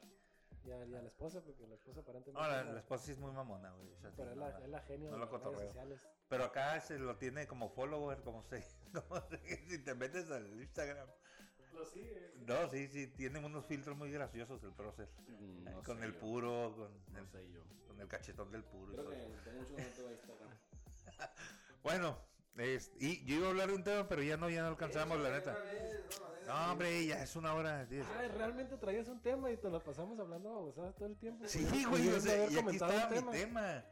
C: Y a, y a la esposa, porque la esposa aparentemente.
A: No, la,
C: es
A: la esposa sí es muy mamona, güey. o sea, sí,
C: Pero es
A: no, no.
C: la, es la genio
A: no
C: de
A: lo
C: las redes
A: cotorreo.
C: sociales.
A: Pero acá se lo tiene como follower, como se. como se- si te metes al Instagram.
C: Lo sigue.
A: No, sí, sí, tiene unos filtros muy graciosos el prócer.
D: Mm,
A: Eh,
D: no
A: con
D: sé
A: el
D: yo,
A: puro, con
D: No
A: el,
D: sé yo.
A: con el cachetón del puro. y
D: Creo
A: todo.
D: que tengo mucho momento de Instagram.
A: Bueno, es- y yo iba a hablar de un tema, pero ya no, ya no alcanzamos, la neta.
D: Eh,
A: No, hombre, ya es una hora. tío.
C: Ay, realmente traías un tema y te lo pasamos hablando babosadas todo el tiempo.
A: Sí,
C: Pudieras-
A: güey, o
C: pudieras
A: sea,
C: haber
A: y aquí
C: comenzado
A: estaba
C: el
A: mi tema.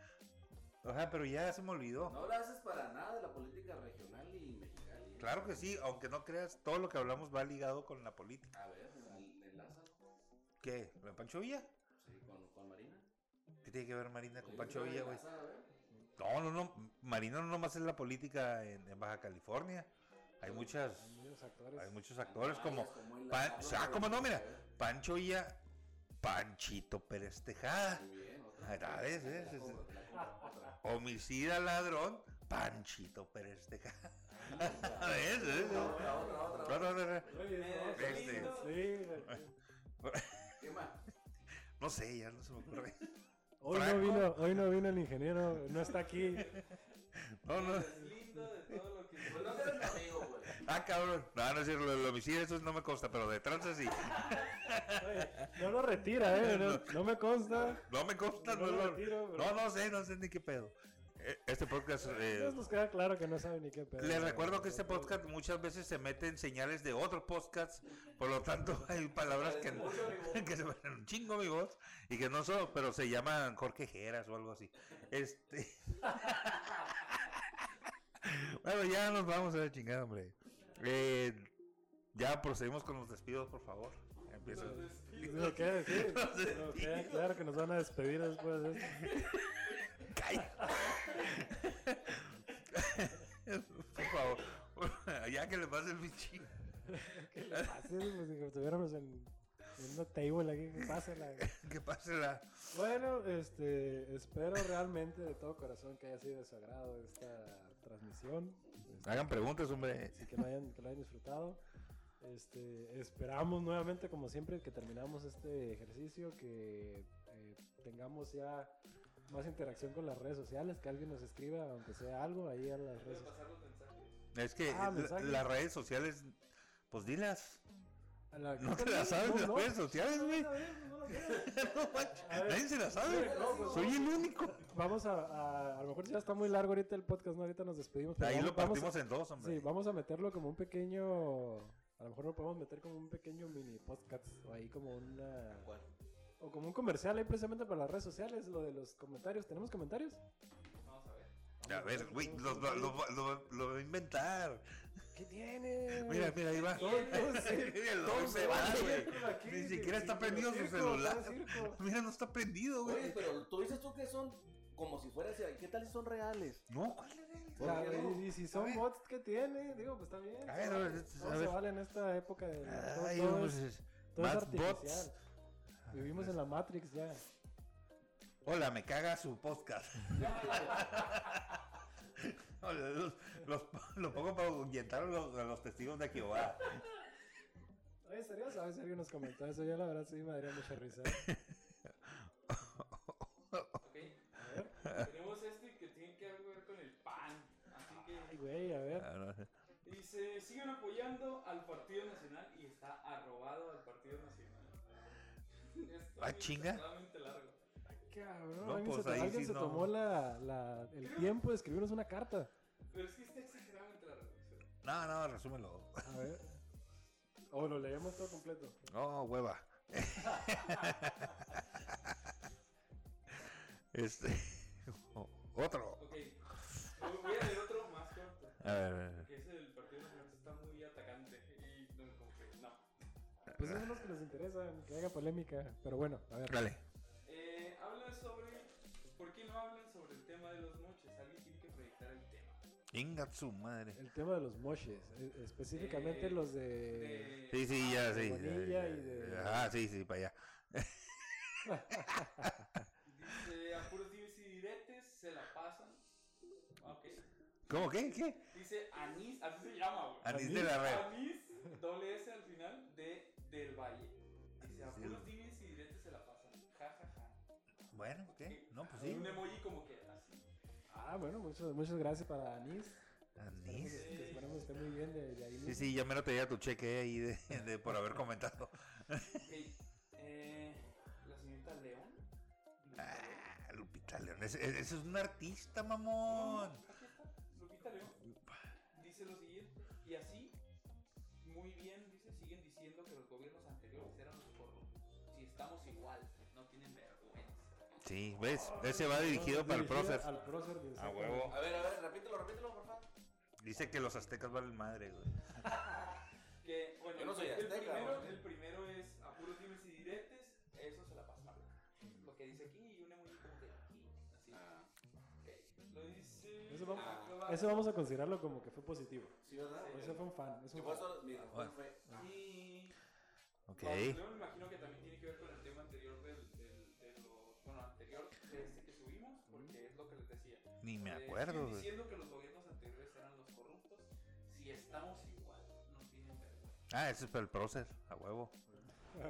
A: Ajá, pero ya se me olvidó.
D: No la haces para nada de la política regional y mexicana.
A: Claro que sí, aunque no creas, todo lo que hablamos va ligado con la política.
D: A ver, en- enlázalo.
A: ¿Qué? ¿La Pancho Villa?
D: Sí, con, con Marina.
A: ¿Qué tiene que ver Marina con
D: Oye,
A: Pancho
D: pero
A: Villa, güey?
D: enlaza, a ver.
A: No, no, no. Marina no nomás es la política en, en Baja California. Hay muchas,
C: Hay muchos actores.
A: hay muchos actores como
D: Varias, el
A: Pan-
D: Pablo
A: ah, ¿cómo no? Mira.
D: Rodríguez.
A: Pancho Villa, Panchito Pérez Tejada,
D: Muy bien, otra.
A: Ah, ¿ves?
D: Te la
A: ¿Ves?
D: compro, te la compro, otra.
A: homicida ladrón, Panchito Pérez Tejada. ¿Ves? ¿Ves?
D: Otra, otra, otra, otra.
A: No, no, no, no.
C: Oye, no,
A: Este.
C: sí, güey.
D: ¿Qué más?
A: No sé, ya no se me ocurre.
C: Hoy no,
A: Franco.
C: vino, hoy no vino el ingeniero, no está aquí.
A: No, no.
E: Es lindo de todo lo que
D: Pues no eres mi amigo, güey.
A: Ah, cabrón. No, no es cierto, lo del homicidio, eso no me consta, pero de tranza sí.
C: Oye, no lo retira, ¿eh? No, no me consta.
A: No me consta,
C: No
A: no,
C: lo
A: no,
C: retiro, pero-
A: no, no sé, no sé ni qué pedo. Eh, Este podcast. eh,
C: Entonces pues, nos queda claro que no sabe ni qué pedo.
A: les recuerdo que este podcast muchas veces se mete en señales de otros podcasts, por lo tanto hay palabras que, que se ponen un chingo mi voz y que no son, pero se llaman Jorge Geras o algo así. Este. bueno, ya nos vamos a la chingada, hombre. Eh, ya procedimos con los despidos, por favor. Eso.
C: ¿Lo que decir? Lo que- claro que nos van a despedir después de esto.
A: Por favor. Ya que le pase el pinche.
C: ¿Qué le pasa? Pues, si estuviéramos en, en una table aquí, que pase la...
A: Que pase la.
C: Bueno, este, espero realmente de todo corazón que haya sido de su agrado esta transmisión. Este,
A: Hagan preguntas, hombre.
C: Así que lo hayan, que lo hayan disfrutado. Este, esperamos nuevamente, como siempre, que terminamos este ejercicio, que eh, tengamos ya más interacción con las redes sociales, que alguien nos escriba, aunque sea algo, ahí a las redes
E: Pueden
C: sociales.
E: pasar los mensajes.
A: Es que
C: Ah,
A: la-
C: mensajes.
A: las redes sociales, pues dilas.
C: A la-
A: No te las sabes
C: No,
A: las
C: no.
A: redes sociales, güey.
C: A ver, no, no, no.
A: No manches,
C: A ver.
A: Nadie se las sabe.
C: No, pues,
A: Soy el único.
C: Vamos a, a. A lo mejor ya está muy largo ahorita el podcast, ¿no? Ahorita nos despedimos. pero
A: Ahí
C: vamos-
A: lo
C: vamos a-
A: partimos en dos, hombre.
C: Sí, vamos a meterlo como un pequeño. A lo mejor lo podemos meter como un pequeño mini podcast o ahí como una.
D: ¿Cuál?
C: O como un comercial ahí precisamente para las redes sociales, lo de los comentarios. ¿Tenemos comentarios?
E: Vamos a ver.
A: A ver, güey, lo, lo, lo- lo- lo va a inventar.
C: ¿Qué tiene?
A: Mira, mira, ahí va.
C: Todo, todo se-
A: Mira, lo
C: todo
A: va a
C: se va
A: inventar, güey.
C: siempre aquí,
A: Ni
C: sí,
A: siquiera
C: sí,
A: está
C: sí,
A: prendido su
C: circo,
A: celular.
C: todo circo.
A: Mira, no está prendido,
D: Oye,
A: güey.
D: pero tú dices tú que son como si fueran, ¿qué tal si son reales?
A: No, ¿cuál era el-
D: ¿Por
C: La-
D: qué no?
C: y, y si son bots, ¿qué tiene? Digo, pues está bien.
A: A ver, a ver,
C: Todo
A: a
C: se
A: ver.
C: vale en esta época de. la- todo-
A: Ay,
C: todo es-
A: pues,
C: Todo es
A: Mad
C: artificial. Vivimos en la Matrix ya.
A: Hola, me caga su podcast. Hola, los, los- lo pongo para ahuyentar a los, a los testigos de Jehová.
C: Oye, serio, ¿sabes si alguien nos comentó eso? Yo la verdad sí me daría mucha risa.
E: Ok. Tenemos este que tiene que ver con el pan. Así
C: Ay,
E: que
C: güey, a ver.
E: dice, sigan apoyando al Partido Nacional y está arrobado al Partido Nacional. Está
A: Ah, chinga.
E: extremadamente largo.
C: Cabrón,
A: No,
C: alguien
A: pues
C: se,
A: ahí
C: alguien
A: sí
C: se
A: no.
C: tomó la, la- el tiempo de escribirnos una carta.
E: Pero es que está exageradamente largo. o sea.
A: No, no, resúmelo.
C: A ver. O lo leemos todo completo.
A: No, Oh, hueva. este. o- Otro.
E: Ok. Voy- Voy a leer otro más corto.
A: A ver, a ver.
E: Que es el Partido Nacional está muy atacante. Y no, como que no.
C: Pues esos son los que nos interesan, que haga polémica. Pero bueno, a ver.
A: Dale.
E: Eh, hablan sobre. ¿Por qué no hablan sobre el tema de los moches? Alguien tiene que proyectar el tema.
A: Inga su madre.
C: El tema de los moshes, e- específicamente
E: Eh,
C: los Ah, de...
A: Eh,
E: De- ah,
A: Sí, sí, ya, sí.
C: Bonilla y de-
A: Ah, sí, sí, para allá.
E: Dice, a puros dimes y diretes se la pasan. Ok.
A: ¿Cómo? ¿Qué? ¿Qué?
E: Dice Anís, así se llama, güey.
A: Anís
C: Anís.
A: de la red.
E: Anís, doble S al final, de Del Valle. Dice, a puros dimes y diretes se la pasan. Ja, ja, ja.
A: Bueno, ¿qué? No, pues
E: Un
A: sí.
E: emoji como que así.
C: Ah, bueno, muchas, muchas gracias para Anís. Esperemos,
A: Anís.
C: que esperemos esté muy bien de, de ahí
A: Sí,
C: mismo.
A: sí, ya me lo traía tu cheque ahí de, de por haber comentado.
E: Ok. Eh, la señorita León. Lupita León.
A: Ah, Lupita León. Ese ese es un artista, mamón.
E: Aquí está, Lupita León dice lo siguiente, y así, muy bien, dice, siguen diciendo que los gobiernos anteriores eran los corruptos. Si estamos igual, no tienen vergüenza.
A: Sí, ¿ves? Ese va dirigido para el
C: Dirigido
A: prócer.
C: Al prócer de
A: A
C: Zacatlán.
A: huevo.
D: A ver, a ver, repítelo, repítelo, por favor.
A: Dice que los aztecas valen madre, güey.
E: Que, bueno,
D: Yo no soy
E: el,
D: azteca,
E: primero,
D: güey.
E: el primero es a puros dimes y diretes, eso se la pasa. Lo que dice aquí y un emoji como que aquí, así. Ok, Lo dice.
C: Eso vamos-
E: acrobacia.
C: Eso vamos a considerarlo como que fue positivo.
D: Sí, ¿verdad?
E: Sí.
C: Eso fue un fan. Es
D: Yo
C: un
D: por
C: fan.
D: eso, mi respuesta fue,
E: Y.
A: Ok.
E: Vamos, Yo me imagino que también tiene que ver con el tema anterior del, del, de los, bueno, anterior de este que subimos, porque es lo que les decía.
A: Ni me
E: Eh,
A: acuerdo,
E: siguen
A: güey.
E: diciendo que los gobiernos anteriores eran los corruptos. Si estamos igual, no tienen vergüenza.
A: Ah, ese es para el prócer. A huevo.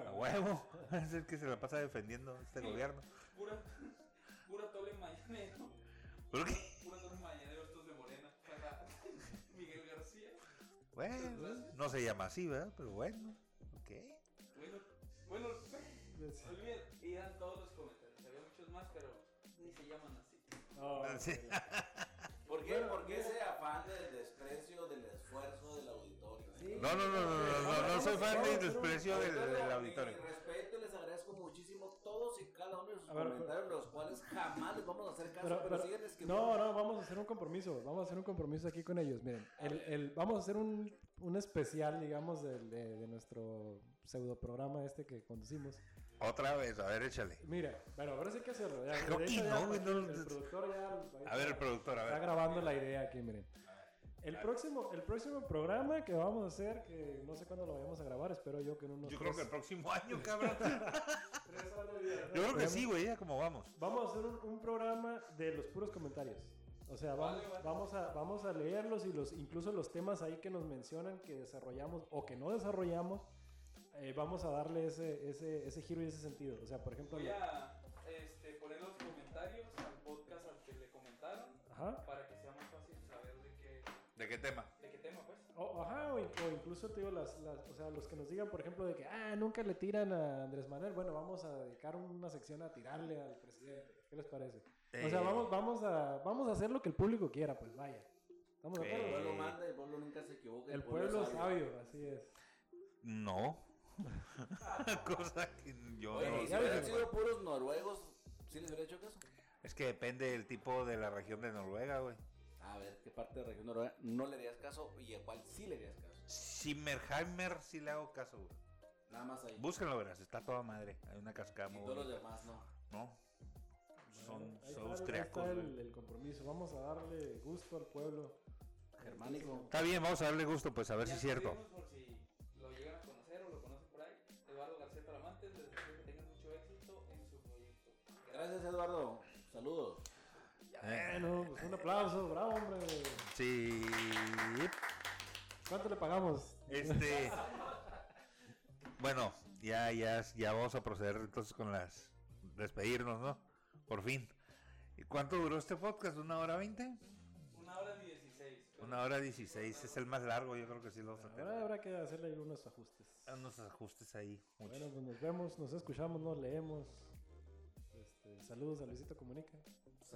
A: A huevo. Es el que se la pasa defendiendo este gobierno.
E: Pura, pura tole mañanero.
A: ¿Por qué?
E: Pura tole mañanero estos de Morena. Miguel García.
A: Bueno, no se llama así, ¿verdad? Pero bueno. Ok.
E: Bueno, bueno,
C: Yes.
E: olviden, irán todos los comentarios. Había muchos más, pero ni se llaman así.
C: Oh,
A: Ah, Sí.
D: ¿por qué, por qué ese afán del desprecio, del esfuerzo del auditorio?
C: Sí.
A: No, no, no, no, no, no, no soy fan del desprecio del, del auditorio.
D: Mi respeto, les agradezco muchísimo todos y cada uno de sus sus
C: A ver,
D: comentarios, los cuales jamás les vamos a hacer caso,
C: Pero-
D: pero,
C: pero-
D: siguen escribiendo.
C: No, no, vamos a hacer un compromiso. Vamos a hacer un compromiso aquí con ellos. Miren, el, el- vamos a hacer un, un especial, digamos, del- de, de nuestro pseudo programa este que conducimos.
A: Otra vez, a ver, échale.
C: Mira, bueno, ahora sí hay que hacerlo. ya.
A: Creo
C: De
A: que
C: hecho,
A: no,
C: ya
A: güey, no,
C: El productor ya.
A: A ver, el productor, a
C: Está
A: ver.
C: grabando la idea aquí, miren. El próximo, el próximo programa que vamos a hacer, que no sé cuándo lo vayamos a grabar, espero yo que en unos
A: Yo creo que el
C: tres-
A: próximo año, cabrón.
C: tres horas de video, ¿no?
A: Yo creo que
C: Esperemos-
A: sí, güey, ya como vamos.
C: Vamos a hacer un, un programa de los puros comentarios. O sea, vamos, vamos, a, vamos a leerlos y los, incluso los temas ahí que nos mencionan que desarrollamos o que no desarrollamos, eh, vamos a darle ese, ese, ese giro y ese sentido. O sea, por ejemplo...
E: Voy
C: la-
E: a este, poner los comentarios al podcast al que le comentaron
C: Ajá.
E: para que sea más fácil saber de qué,
A: ¿De qué tema?
E: de qué tema, pues.
C: O, ajá, o, in- o incluso te digo, las, las- o sea, los que nos digan, por ejemplo, de que, ah, nunca le tiran a Andrés Manuel, bueno, vamos a dedicar una sección a tirarle al presidente. ¿Qué les parece? O sea,
A: Eh,
C: vamos, vamos, a, vamos a hacer lo que el público quiera, pues vaya. ¿Estamos de
A: Eh,
D: El
C: acuerdo?
D: pueblo manda, el pueblo nunca se equivoca.
C: El pueblo sabio, así es.
A: No. Cosa que yo
D: Oye,
A: no
D: y si
C: ya
D: hubieran
C: dije,
D: sido puros noruegos, ¿sí les hubiera hecho caso?
A: Es que depende del tipo de la región de Noruega, güey.
D: A ver, ¿qué parte de región noruega no le harías caso y a cuál sí le harías caso?
A: Simmerheimer sí le hago caso, güey.
D: Nada más ahí.
A: Búsquenlo, verás, está toda madre. Hay una cascada
D: y
A: muy
D: todos los
A: bonita,
D: demás no.
A: ¿no? Son,
C: Bueno, ahí
A: son
C: está- ahí
A: austriacos,
C: está
A: güey.
C: el, el compromiso. Vamos a darle gusto al pueblo.
D: Germánico.
A: Está bien, vamos a darle gusto, pues a ver si
E: Ya
A: es cierto.
E: tuvimos, por si lo llegan a conocer o lo conocen por ahí, Eduardo García Talamantes, les deseo que tengan mucho éxito en su proyecto.
D: Gracias, Eduardo. Saludos.
A: Eh,
C: Bueno, pues un aplauso, bravo, hombre.
A: Sí.
C: ¿Cuánto le pagamos?
A: Este. bueno, ya, ya, ya vamos a proceder entonces con las. Despedirnos, ¿no? Por fin. ¿Y cuánto duró este podcast? ¿Una hora veinte?
E: Una hora dieciséis.
A: Una hora dieciséis. Es el más largo, yo creo que sí lo vamos a
C: Ahora
A: tener.
C: habrá que hacerle algunos ajustes.
A: Unos ajustes ahí. muchos.
C: Bueno, pues nos vemos, nos escuchamos, nos leemos. Este, saludos a Luisito Comunica.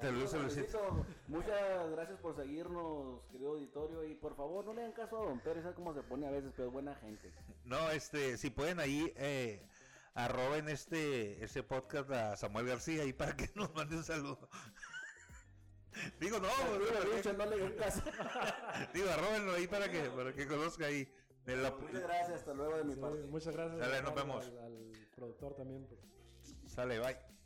A: Saludos, Luisito.
D: Muchas gracias por seguirnos, querido auditorio. Y por favor, no le hagan caso a Don Pérez, es como se pone a veces, pero es buena gente.
A: No, este, si pueden ahí, eh, arroben este, este podcast a Samuel García ahí para que nos mande un saludo. digo, no,
D: Saludos,
A: digo,
D: Lucho, no le hagan caso.
A: digo, arróbenlo ahí para que, para que conozca ahí. De la-
D: Muchas gracias, hasta luego de mi
C: Sí,
D: parte.
C: muchas gracias
A: Dale, nos
C: al-
A: vemos.
C: Al, al productor también. por-
A: sale, bye.